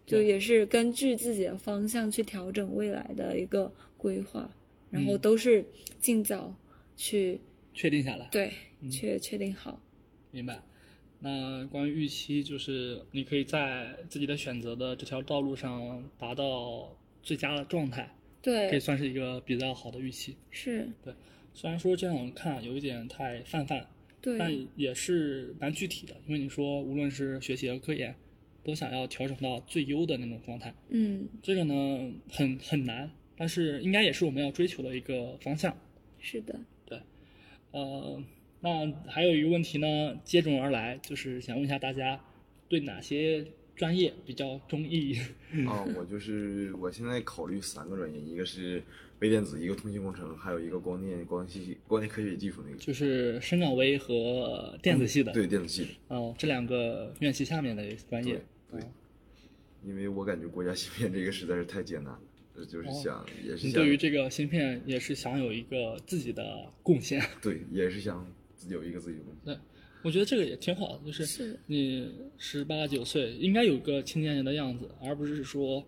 Speaker 3: 就
Speaker 1: 对
Speaker 3: 也是根据自己的方向去调整未来的一个规划，然后
Speaker 1: 嗯
Speaker 3: 都是尽早去、
Speaker 1: 确定下来，
Speaker 3: 对
Speaker 1: 嗯
Speaker 3: 确确定好。
Speaker 1: 明白。那关于预期，就是你可以在自己的选择的这条道路上达到最佳的状态，可以
Speaker 3: 对，
Speaker 1: 算是一个比较好的预期。
Speaker 3: 是，
Speaker 1: 虽然说这样看有一点太泛泛，但
Speaker 3: 对，
Speaker 1: 也是蛮具体的，因为你说无论是学习和科研，都想要调整到最优的那种状态。
Speaker 3: 嗯，
Speaker 1: 这个呢，很很难，但是应该也是我们要追求的一个方向。
Speaker 3: 是的，
Speaker 1: 呃，那还有一个问题呢，接踵而来，就是想问一下大家，对哪些专业比较中意？
Speaker 2: 啊，我就是我现在考虑三个专业，一个是微电子，一个通信工程，还有一个光电光系光电科学技术那个。
Speaker 1: 就是深港微和电子系的，
Speaker 2: 嗯对电子系，
Speaker 1: 哦、这两个院系下面的专业，
Speaker 2: 对对
Speaker 1: 哦
Speaker 2: 因为我感觉国家芯片这个实在是太艰难了，呃就是
Speaker 1: 哦
Speaker 2: 想、也是
Speaker 1: 你
Speaker 2: 想
Speaker 1: 对于这个芯片也是想有一个自己的贡献，
Speaker 2: 对也是想自己有一个自己的东西。
Speaker 1: 我觉得这个也挺好的，就是
Speaker 3: 是
Speaker 1: 你十八九岁应该有个青年人的样子，而不是说，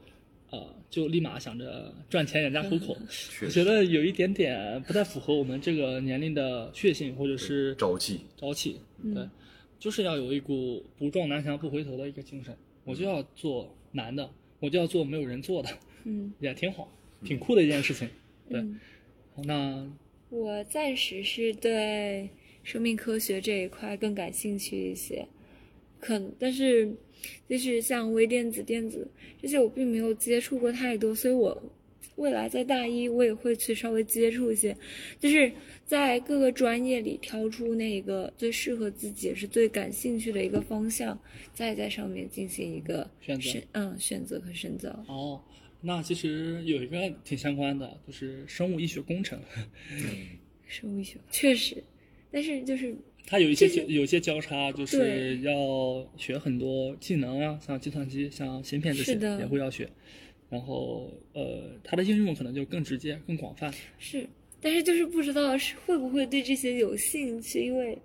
Speaker 1: 呃，就立马想着赚钱养家糊口。
Speaker 2: 确
Speaker 1: 我
Speaker 2: 实
Speaker 1: 觉得有一点点不太符合我们这个年龄的血性或者是
Speaker 2: 朝气，
Speaker 1: 朝气，
Speaker 3: 嗯
Speaker 1: 对，就是要有一股不撞南墙不回头的一个精神。
Speaker 2: 嗯
Speaker 1: 我就要做难的，我就要做没有人做的，
Speaker 3: 嗯，
Speaker 1: 也挺好，挺酷的一件事情。对
Speaker 3: 嗯，
Speaker 1: 那
Speaker 3: 我暂时是对生命科学这一块更感兴趣一些，可但是就是像微电子、电子这些，我并没有接触过太多，所以我未来在大一我也会去稍微接触一些，就是在各个专业里挑出那个最适合自己、也是最感兴趣的一个方向，再在上面进行一个
Speaker 1: 选择
Speaker 3: 深嗯选择和深造。
Speaker 1: 哦，那其实有一个挺相关的，就是生物医学工程。
Speaker 3: 生物医学确实，但是就是
Speaker 1: 它有一些
Speaker 3: 这是
Speaker 1: 有一些交叉，就是要学很多技能啊，像计算机、像芯片这些
Speaker 3: 是的
Speaker 1: 也会要学。然后呃，它的应用可能就更直接、更广泛。
Speaker 3: 是，但是就是不知道是会不会对这些有兴趣，因为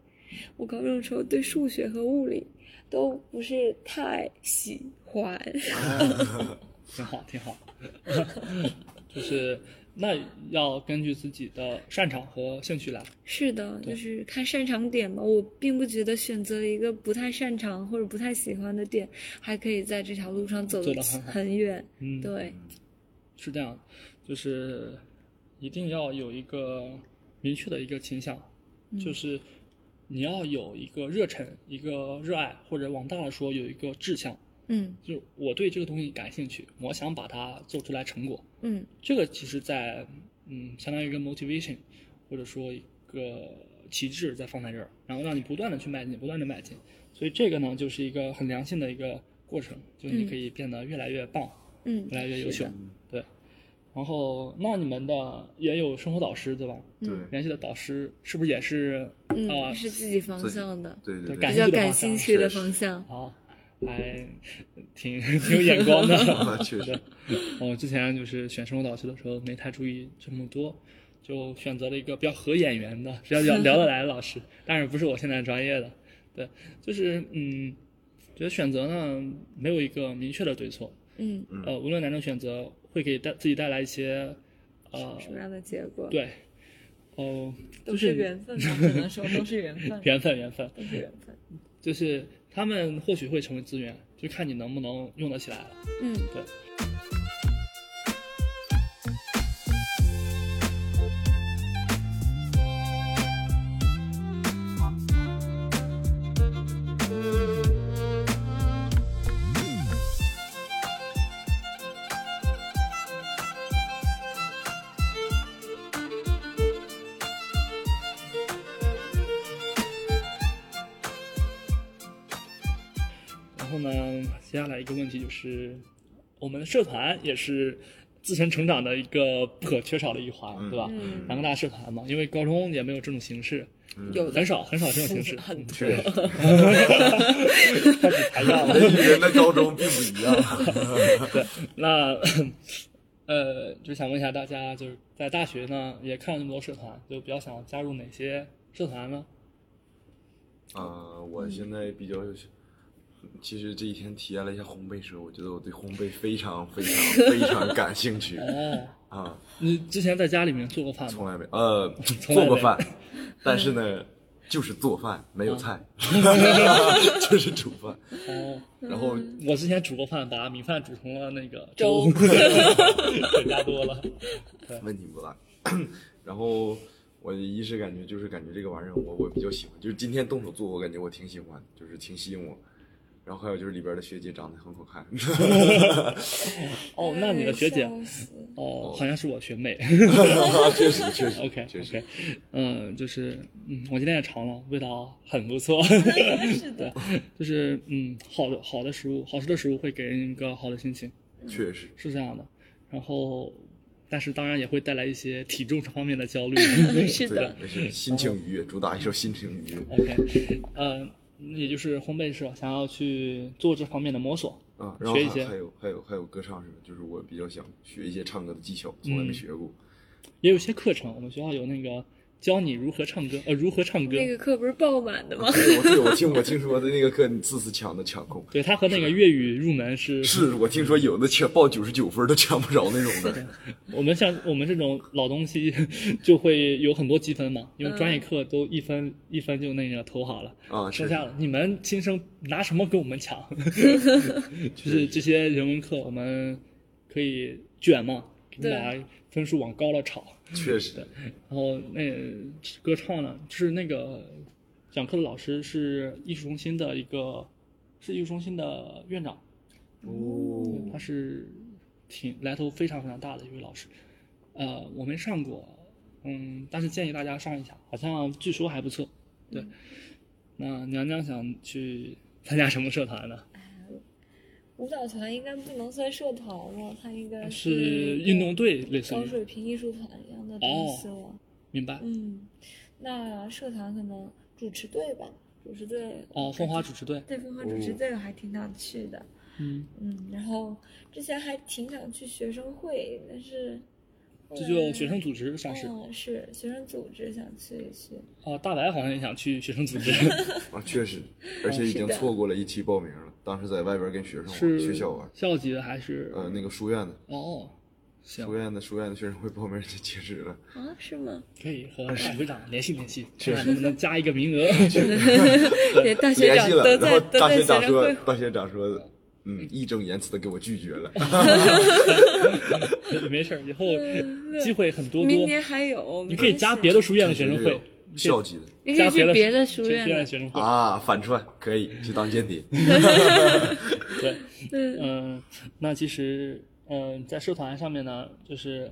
Speaker 3: 我高中的时候对数学和物理都不是太喜欢。
Speaker 1: 挺好，挺好。 就是那要根据自己的擅长和兴趣来。
Speaker 3: 是的，
Speaker 1: 对
Speaker 3: 就是看擅长点吧。我并不觉得选择一个不太擅长或者不太喜欢的点，还可以在这条路上走
Speaker 1: 走
Speaker 3: 得
Speaker 1: 得很好
Speaker 3: 很远。
Speaker 1: 嗯，，
Speaker 3: 对，
Speaker 1: 是这样，就是一定要有一个明确的一个倾向，
Speaker 3: 嗯
Speaker 1: 就是你要有一个热忱、一个热爱，或者往大了说有一个志向。
Speaker 3: 嗯
Speaker 1: 就我对这个东西感兴趣，我想把它做出来成果。
Speaker 3: 嗯，
Speaker 1: 这个其实在，嗯，相当于一个 motivation，或者说一个旗帜在放在这儿，然后让你不断的去迈进，不断的迈进。所以这个呢，就是一个很良性的一个过程，就是你
Speaker 3: 嗯
Speaker 1: 可以变得越来越棒，
Speaker 3: 嗯，
Speaker 1: 越来越优
Speaker 3: 是
Speaker 1: 秀
Speaker 3: 的。
Speaker 1: 对。然后，那你们的也有生活导师对吧？
Speaker 2: 对
Speaker 1: 联系的导师是不是也是
Speaker 3: 嗯，
Speaker 1: 啊
Speaker 3: 是自己方
Speaker 2: 自己
Speaker 3: 向的，
Speaker 2: 对
Speaker 1: 对
Speaker 2: 对
Speaker 1: 感
Speaker 3: 比
Speaker 2: 对，
Speaker 1: 兴趣的
Speaker 3: 较感
Speaker 1: 方向
Speaker 3: 兴趣的
Speaker 2: 是。
Speaker 3: 方向。
Speaker 1: 啊，还挺挺有眼光的
Speaker 2: 确实
Speaker 1: 我之前就是选生活导师的时候没太注意这么多，就选择了一个比较合眼缘的、比较聊聊得来的老师，但是不是我现在专业的。对，就是嗯，觉得选择呢没有一个明确的对错，
Speaker 3: 嗯，
Speaker 1: 呃，无论哪种选择会给带自己带来一些呃，
Speaker 3: 什么样的结果？，
Speaker 1: 对，哦、
Speaker 5: 都
Speaker 1: 就是，
Speaker 5: 是缘分吧，只能说都是缘分
Speaker 1: 缘分缘分，
Speaker 5: 都是缘分。
Speaker 1: 就是他们或许会成为资源，就看你能不能用得起来了。
Speaker 3: 嗯，
Speaker 1: 然后呢，接下来一个问题就是，我们的社团也是自身成长的一个不可缺少的一环，对吧？
Speaker 3: 嗯
Speaker 1: 南工大社团嘛，因为高中也没有这种形式，
Speaker 5: 有的
Speaker 1: 很少很少这种形式，
Speaker 5: 很多
Speaker 2: 嗯 确实，
Speaker 1: 开始抬杠 了。
Speaker 2: 人与人的高中并 不一样。
Speaker 1: 那 呃，就想问一下大家，就是在大学呢，也看了那么多社团，就比较想加入哪些社团呢？
Speaker 2: 啊，我现在比较，其实这一天体验了一下烘焙社，我觉得我对烘焙非常非常非常感兴趣
Speaker 1: 哦，
Speaker 2: 啊，
Speaker 1: 你之前在家里面做过饭
Speaker 2: 从
Speaker 1: 吗？
Speaker 2: 来没呃
Speaker 1: 嗯 从来
Speaker 2: 做过
Speaker 1: 没
Speaker 2: 饭，但是呢，就是做饭没
Speaker 1: 嗯
Speaker 2: 有菜， 就是煮饭，
Speaker 1: 哦，
Speaker 2: 然后
Speaker 5: 嗯
Speaker 1: 我之前煮过饭，把米饭煮成了那个
Speaker 5: 粥
Speaker 1: 对加多 了。
Speaker 2: 问题不大。 然后我一是感觉就是感觉这个玩意儿我我比较喜欢，就是今天动手做，我感觉我挺喜欢，就是挺吸引我。然后还有就是里边的学姐长得很好看，
Speaker 1: 哦，那你的学姐
Speaker 3: 哎笑死
Speaker 1: 哦，好像是我学妹。
Speaker 2: 确实确实
Speaker 1: OK
Speaker 2: 确实
Speaker 1: OK，嗯，就是嗯，我今天也尝了，味道很不错。
Speaker 5: 是 的，
Speaker 1: 就是嗯，好的好的食物，好吃的食物会给人一个好的心情，
Speaker 2: 确实。
Speaker 1: 是这样的。然后，但是当然也会带来一些体重方面的焦虑。
Speaker 5: 是
Speaker 2: 对
Speaker 5: 的，，
Speaker 2: 没事，心情愉悦，主打一首心情愉
Speaker 1: 嗯
Speaker 2: 悦。
Speaker 1: OK，呃，也就是烘焙社想要去做这方面的摸索。
Speaker 2: 啊，然后
Speaker 1: 学一
Speaker 2: 还
Speaker 1: 些
Speaker 2: 还有还有还有歌唱什么，就是我比较想学一些唱歌的技巧，从来没
Speaker 1: 嗯
Speaker 2: 学过。
Speaker 1: 也有一些课程，我们学校有那个教你如何唱歌，呃，如何唱歌。
Speaker 3: 那个课不是爆满的吗？
Speaker 2: 对，我对我听我听说的那个课，你次次抢都抢空。
Speaker 1: 对，它和那个粤语入门是，
Speaker 2: 是我听说有的抢报九十九分都抢不着那种的。
Speaker 1: 我们像我们这种老东西就会有很多积分
Speaker 3: 嗯
Speaker 1: 嘛，因为专业课都一分、一分就那个投好了，
Speaker 2: 啊，
Speaker 1: 剩
Speaker 2: 是
Speaker 1: 下的你们新生拿什么跟我们 抢？就是这些人文课我们可以卷嘛，给你
Speaker 3: 对
Speaker 1: 把分数往高了炒。
Speaker 2: 确实，
Speaker 1: 然后那歌唱呢，就是那个讲课的老师是艺术中心的一个，是艺术中心的院长，他
Speaker 2: 哦，
Speaker 1: 是挺来头非常非常大的一位老师。呃，我没上过，嗯，但是建议大家上一下，好像据说还不错。对，那娘娘想去参加什么社团呢？
Speaker 3: 舞蹈团应该不能算社团了，它应该
Speaker 1: 啊是运动队，类似
Speaker 3: 高
Speaker 1: 于，哦
Speaker 3: 水平艺术团一样的东西了。
Speaker 1: 明白？
Speaker 3: 嗯，那社团可能主持队吧，主持队
Speaker 1: 哦，风华主持队，
Speaker 3: 对凤凰主
Speaker 2: 哦
Speaker 3: 持队我还挺想去的。
Speaker 1: 嗯，
Speaker 3: 嗯，然后之前还挺想去学生会，但是后
Speaker 1: 这
Speaker 3: 来
Speaker 1: 就学生组织算是。
Speaker 3: 嗯是学生组织想去一去。
Speaker 1: 哦，大白好像也想去学生组 织，
Speaker 2: 啊，确实， 而且已
Speaker 3: 是
Speaker 2: 经
Speaker 3: 的
Speaker 2: 错过了一期报名了。当时在外边跟学生玩，
Speaker 1: 是
Speaker 2: 学校玩，
Speaker 1: 校级的还是？
Speaker 2: 呃，那个书院的，
Speaker 1: 哦，行
Speaker 2: 书，院的书院的学生会报名就截止了。
Speaker 3: 啊，是吗？
Speaker 1: 可以和大会长联系联系，
Speaker 2: 确
Speaker 1: 看
Speaker 2: 实
Speaker 1: 看能不能加一个名额。
Speaker 3: 对，大学
Speaker 2: 联
Speaker 3: 长
Speaker 2: 系了
Speaker 3: 都，
Speaker 2: 然
Speaker 3: 在
Speaker 2: 后
Speaker 3: 都
Speaker 2: 大
Speaker 3: 在
Speaker 2: 学
Speaker 3: 学
Speaker 2: 长
Speaker 3: 生
Speaker 2: 说
Speaker 3: 会，，
Speaker 2: 大学长说，嗯，义正言辞的给我拒绝了。
Speaker 1: 没事儿，以后机会很多
Speaker 3: 嗯明
Speaker 1: 多，
Speaker 3: 年还有，
Speaker 1: 你可以加别的书院的学生会，
Speaker 2: 校级的
Speaker 3: 你可
Speaker 1: 加
Speaker 3: 以
Speaker 1: 别
Speaker 3: 去
Speaker 1: 的
Speaker 3: 别的书
Speaker 1: 学
Speaker 3: 院
Speaker 1: 院的
Speaker 3: 的。
Speaker 1: 学生会。
Speaker 2: 啊，反串可以去当间谍。
Speaker 1: 对，嗯、那其实，嗯、在社团上面呢，就是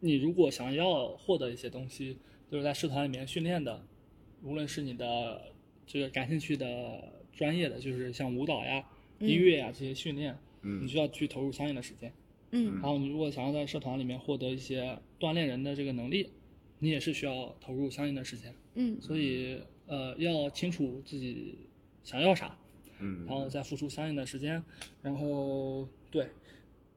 Speaker 1: 你如果想要获得一些东西，就是在社团里面训练的，无论是你的这个感兴趣的专业的，就是像舞蹈呀、音乐呀这些训练，你
Speaker 2: 嗯
Speaker 1: 需要去投入相应的时间。
Speaker 3: 嗯
Speaker 1: 然后你如果想要在社团里面获得一些锻炼人的这个能力，你也是需要投入相应的时间。
Speaker 3: 嗯
Speaker 1: 所以呃，要清楚自己想要啥，然
Speaker 2: 嗯，
Speaker 1: 后再付出相应的时间，然后对，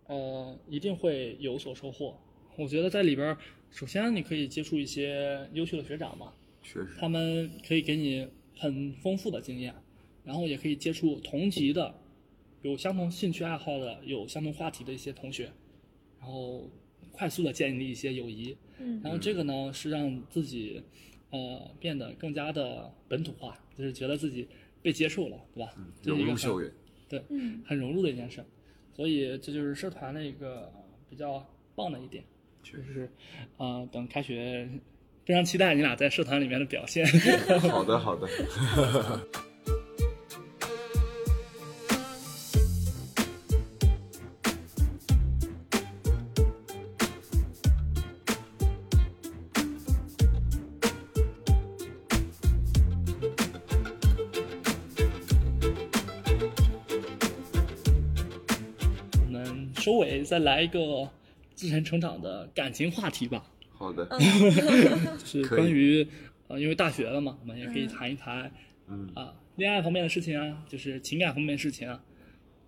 Speaker 1: 呃，一定会有所收获。我觉得在里边儿，首先你可以接触一些优秀的学长嘛，
Speaker 2: 确实
Speaker 1: 他们可以给你很丰富的经验，然后也可以接触同级的，有相同兴趣爱好的、有相同话题的一些同学，然后快速的建立一些友谊。
Speaker 3: 嗯
Speaker 1: 然后这个呢是让自己呃变得更加的本土化，就是觉得自己被接受了，对吧？这是
Speaker 2: 融
Speaker 1: 一个
Speaker 2: 入
Speaker 1: 很
Speaker 2: 校园。
Speaker 1: 对，
Speaker 3: 嗯
Speaker 1: 很融入的一件事儿。所以这就是社团的一个比较棒的一点，就是呃，等开学非常期待你俩在社团里面的表现。
Speaker 2: 好的好的，
Speaker 1: 我们收尾再来一个自身成长的感情话题吧，
Speaker 2: 好的，
Speaker 1: 就是
Speaker 2: 可以
Speaker 1: 关于呃，因为大学了嘛，我们也可以
Speaker 3: 嗯
Speaker 1: 谈一谈啊、
Speaker 2: 嗯
Speaker 1: 恋爱方面的事情啊，就是情感方面的事情啊。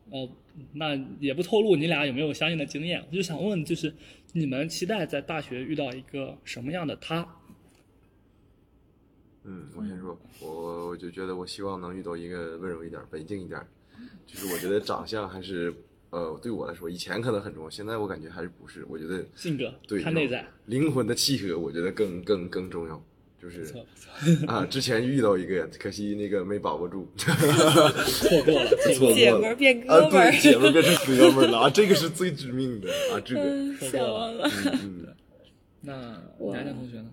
Speaker 1: 呃，那也不透露你俩有没有相应的经验，我就想问，就是你们期待在大学遇到一个什么样的他？
Speaker 2: 嗯，我先说，我我就觉得我希望能遇到一个温柔一点、文静一点，就是我觉得长相还是呃对我来说，以前可能很重要，现在我感觉还是不是。我觉得
Speaker 1: 性格
Speaker 2: 对
Speaker 1: 看内在，
Speaker 2: 灵魂的契合，我觉得更更更重要。就是
Speaker 1: 错不错
Speaker 2: 啊，之前遇到一个，可惜那个没把握住，
Speaker 1: 错 过了，错过了。
Speaker 3: 姐们儿变
Speaker 2: 啊，
Speaker 3: 哥们儿
Speaker 2: 对，， 姐们变成哥们儿了啊，这个是最致命的啊，这个，嗯
Speaker 3: 嗯，想忘了。
Speaker 2: 嗯，
Speaker 1: 那
Speaker 3: 我
Speaker 1: 南南同学呢？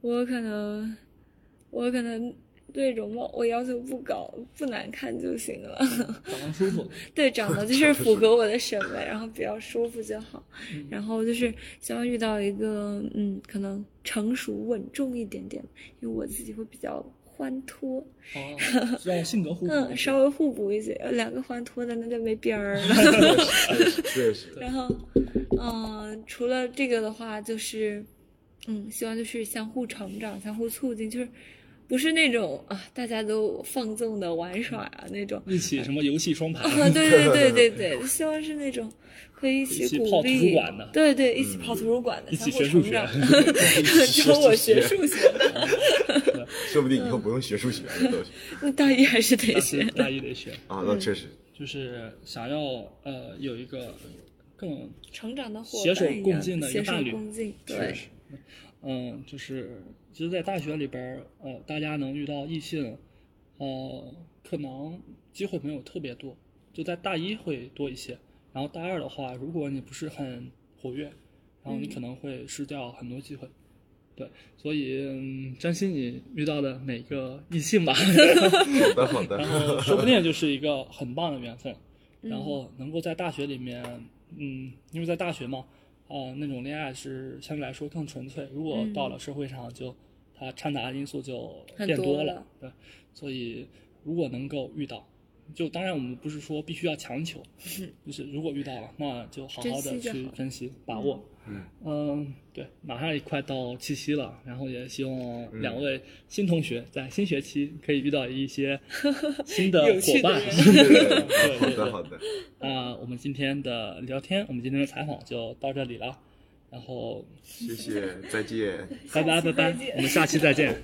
Speaker 3: 我可能，我可能对容貌我要求不高，不难看就行了。
Speaker 1: 长得舒服，
Speaker 3: 对，长得就是符合我的审美，然后比较舒服就好。
Speaker 1: 嗯
Speaker 3: 然后就是希望遇到一个，嗯，可能成熟稳重一点点，因为我自己会比较欢脱，
Speaker 1: 哦，让性格互补。
Speaker 3: 嗯，稍微互补一些。呃两个欢脱的那就没边儿了。
Speaker 2: 嗯 确实，
Speaker 3: 然后，嗯、除了这个的话，就是，嗯，希望就是相互成长、相互促进，就是不是那种啊，大家都放纵的玩耍啊那种。
Speaker 1: 一起什么游戏双排，
Speaker 3: 啊，对对对对对，希望是那种可以一
Speaker 1: 一起
Speaker 3: 起
Speaker 1: 泡
Speaker 3: 鼓
Speaker 1: 图
Speaker 3: 励，
Speaker 1: 书馆的
Speaker 3: 对对，一起泡图书馆的，
Speaker 1: 一起学
Speaker 3: 相互
Speaker 1: 数
Speaker 3: 成
Speaker 1: 学
Speaker 3: 长
Speaker 2: 起
Speaker 3: 教我
Speaker 2: 学
Speaker 3: 学
Speaker 2: 数
Speaker 3: 数学 的，
Speaker 2: 说不定以后不用学数学了，都
Speaker 3: 那大一还是得
Speaker 1: 大
Speaker 3: 学
Speaker 1: 四。大一得学，
Speaker 2: 啊，那确实，
Speaker 1: 就是想要呃有一个更
Speaker 3: 成长的伙
Speaker 1: 携
Speaker 3: 伴
Speaker 1: 手
Speaker 3: 一
Speaker 1: 共
Speaker 3: 样
Speaker 1: 进的一个
Speaker 3: 携手
Speaker 1: 伴侣
Speaker 3: 共进，
Speaker 1: 确
Speaker 3: 对，
Speaker 1: 实，嗯，就是其实，在大学里边儿，呃，大家能遇到异性，呃，可能机会没有特别多，就在大一会多一些。然后大二的话，如果你不是很活跃，然后你可能会失掉很多机会。对，所以、嗯、珍惜你遇到的每个异性吧，
Speaker 2: 好的好的
Speaker 1: 然，
Speaker 3: 嗯
Speaker 1: 后说不定就是一个很棒的缘分。然后能够在大学里面，嗯，因为在大学嘛，啊、那种恋爱是相对来说更纯粹。如果到了社会上就，它掺杂的因素就
Speaker 3: 很
Speaker 1: 变
Speaker 3: 多
Speaker 1: 了
Speaker 3: 了，
Speaker 1: 对。所以如果能够遇到，就当然我们不是说必须要强求，
Speaker 3: 嗯
Speaker 1: 就是如果遇到了，那就好好的
Speaker 3: 珍惜就
Speaker 1: 去
Speaker 3: 好
Speaker 1: 珍惜、把握。
Speaker 2: 嗯
Speaker 1: 嗯，对，马上也快到七夕了，然后也希
Speaker 2: 嗯
Speaker 1: 望两位新同学在新学期可以遇到一些新的
Speaker 3: 有
Speaker 1: 伙
Speaker 3: 趣的
Speaker 1: 伴。
Speaker 3: 人
Speaker 1: 对对
Speaker 2: 好的
Speaker 1: 对
Speaker 2: 好。的，
Speaker 1: 那我们今天的聊天，我们今天的采访就到这里了，然后
Speaker 2: 谢谢，再见。
Speaker 1: 拜拜
Speaker 3: 下期
Speaker 1: 拜拜
Speaker 3: 再见，
Speaker 1: 我们下期再见。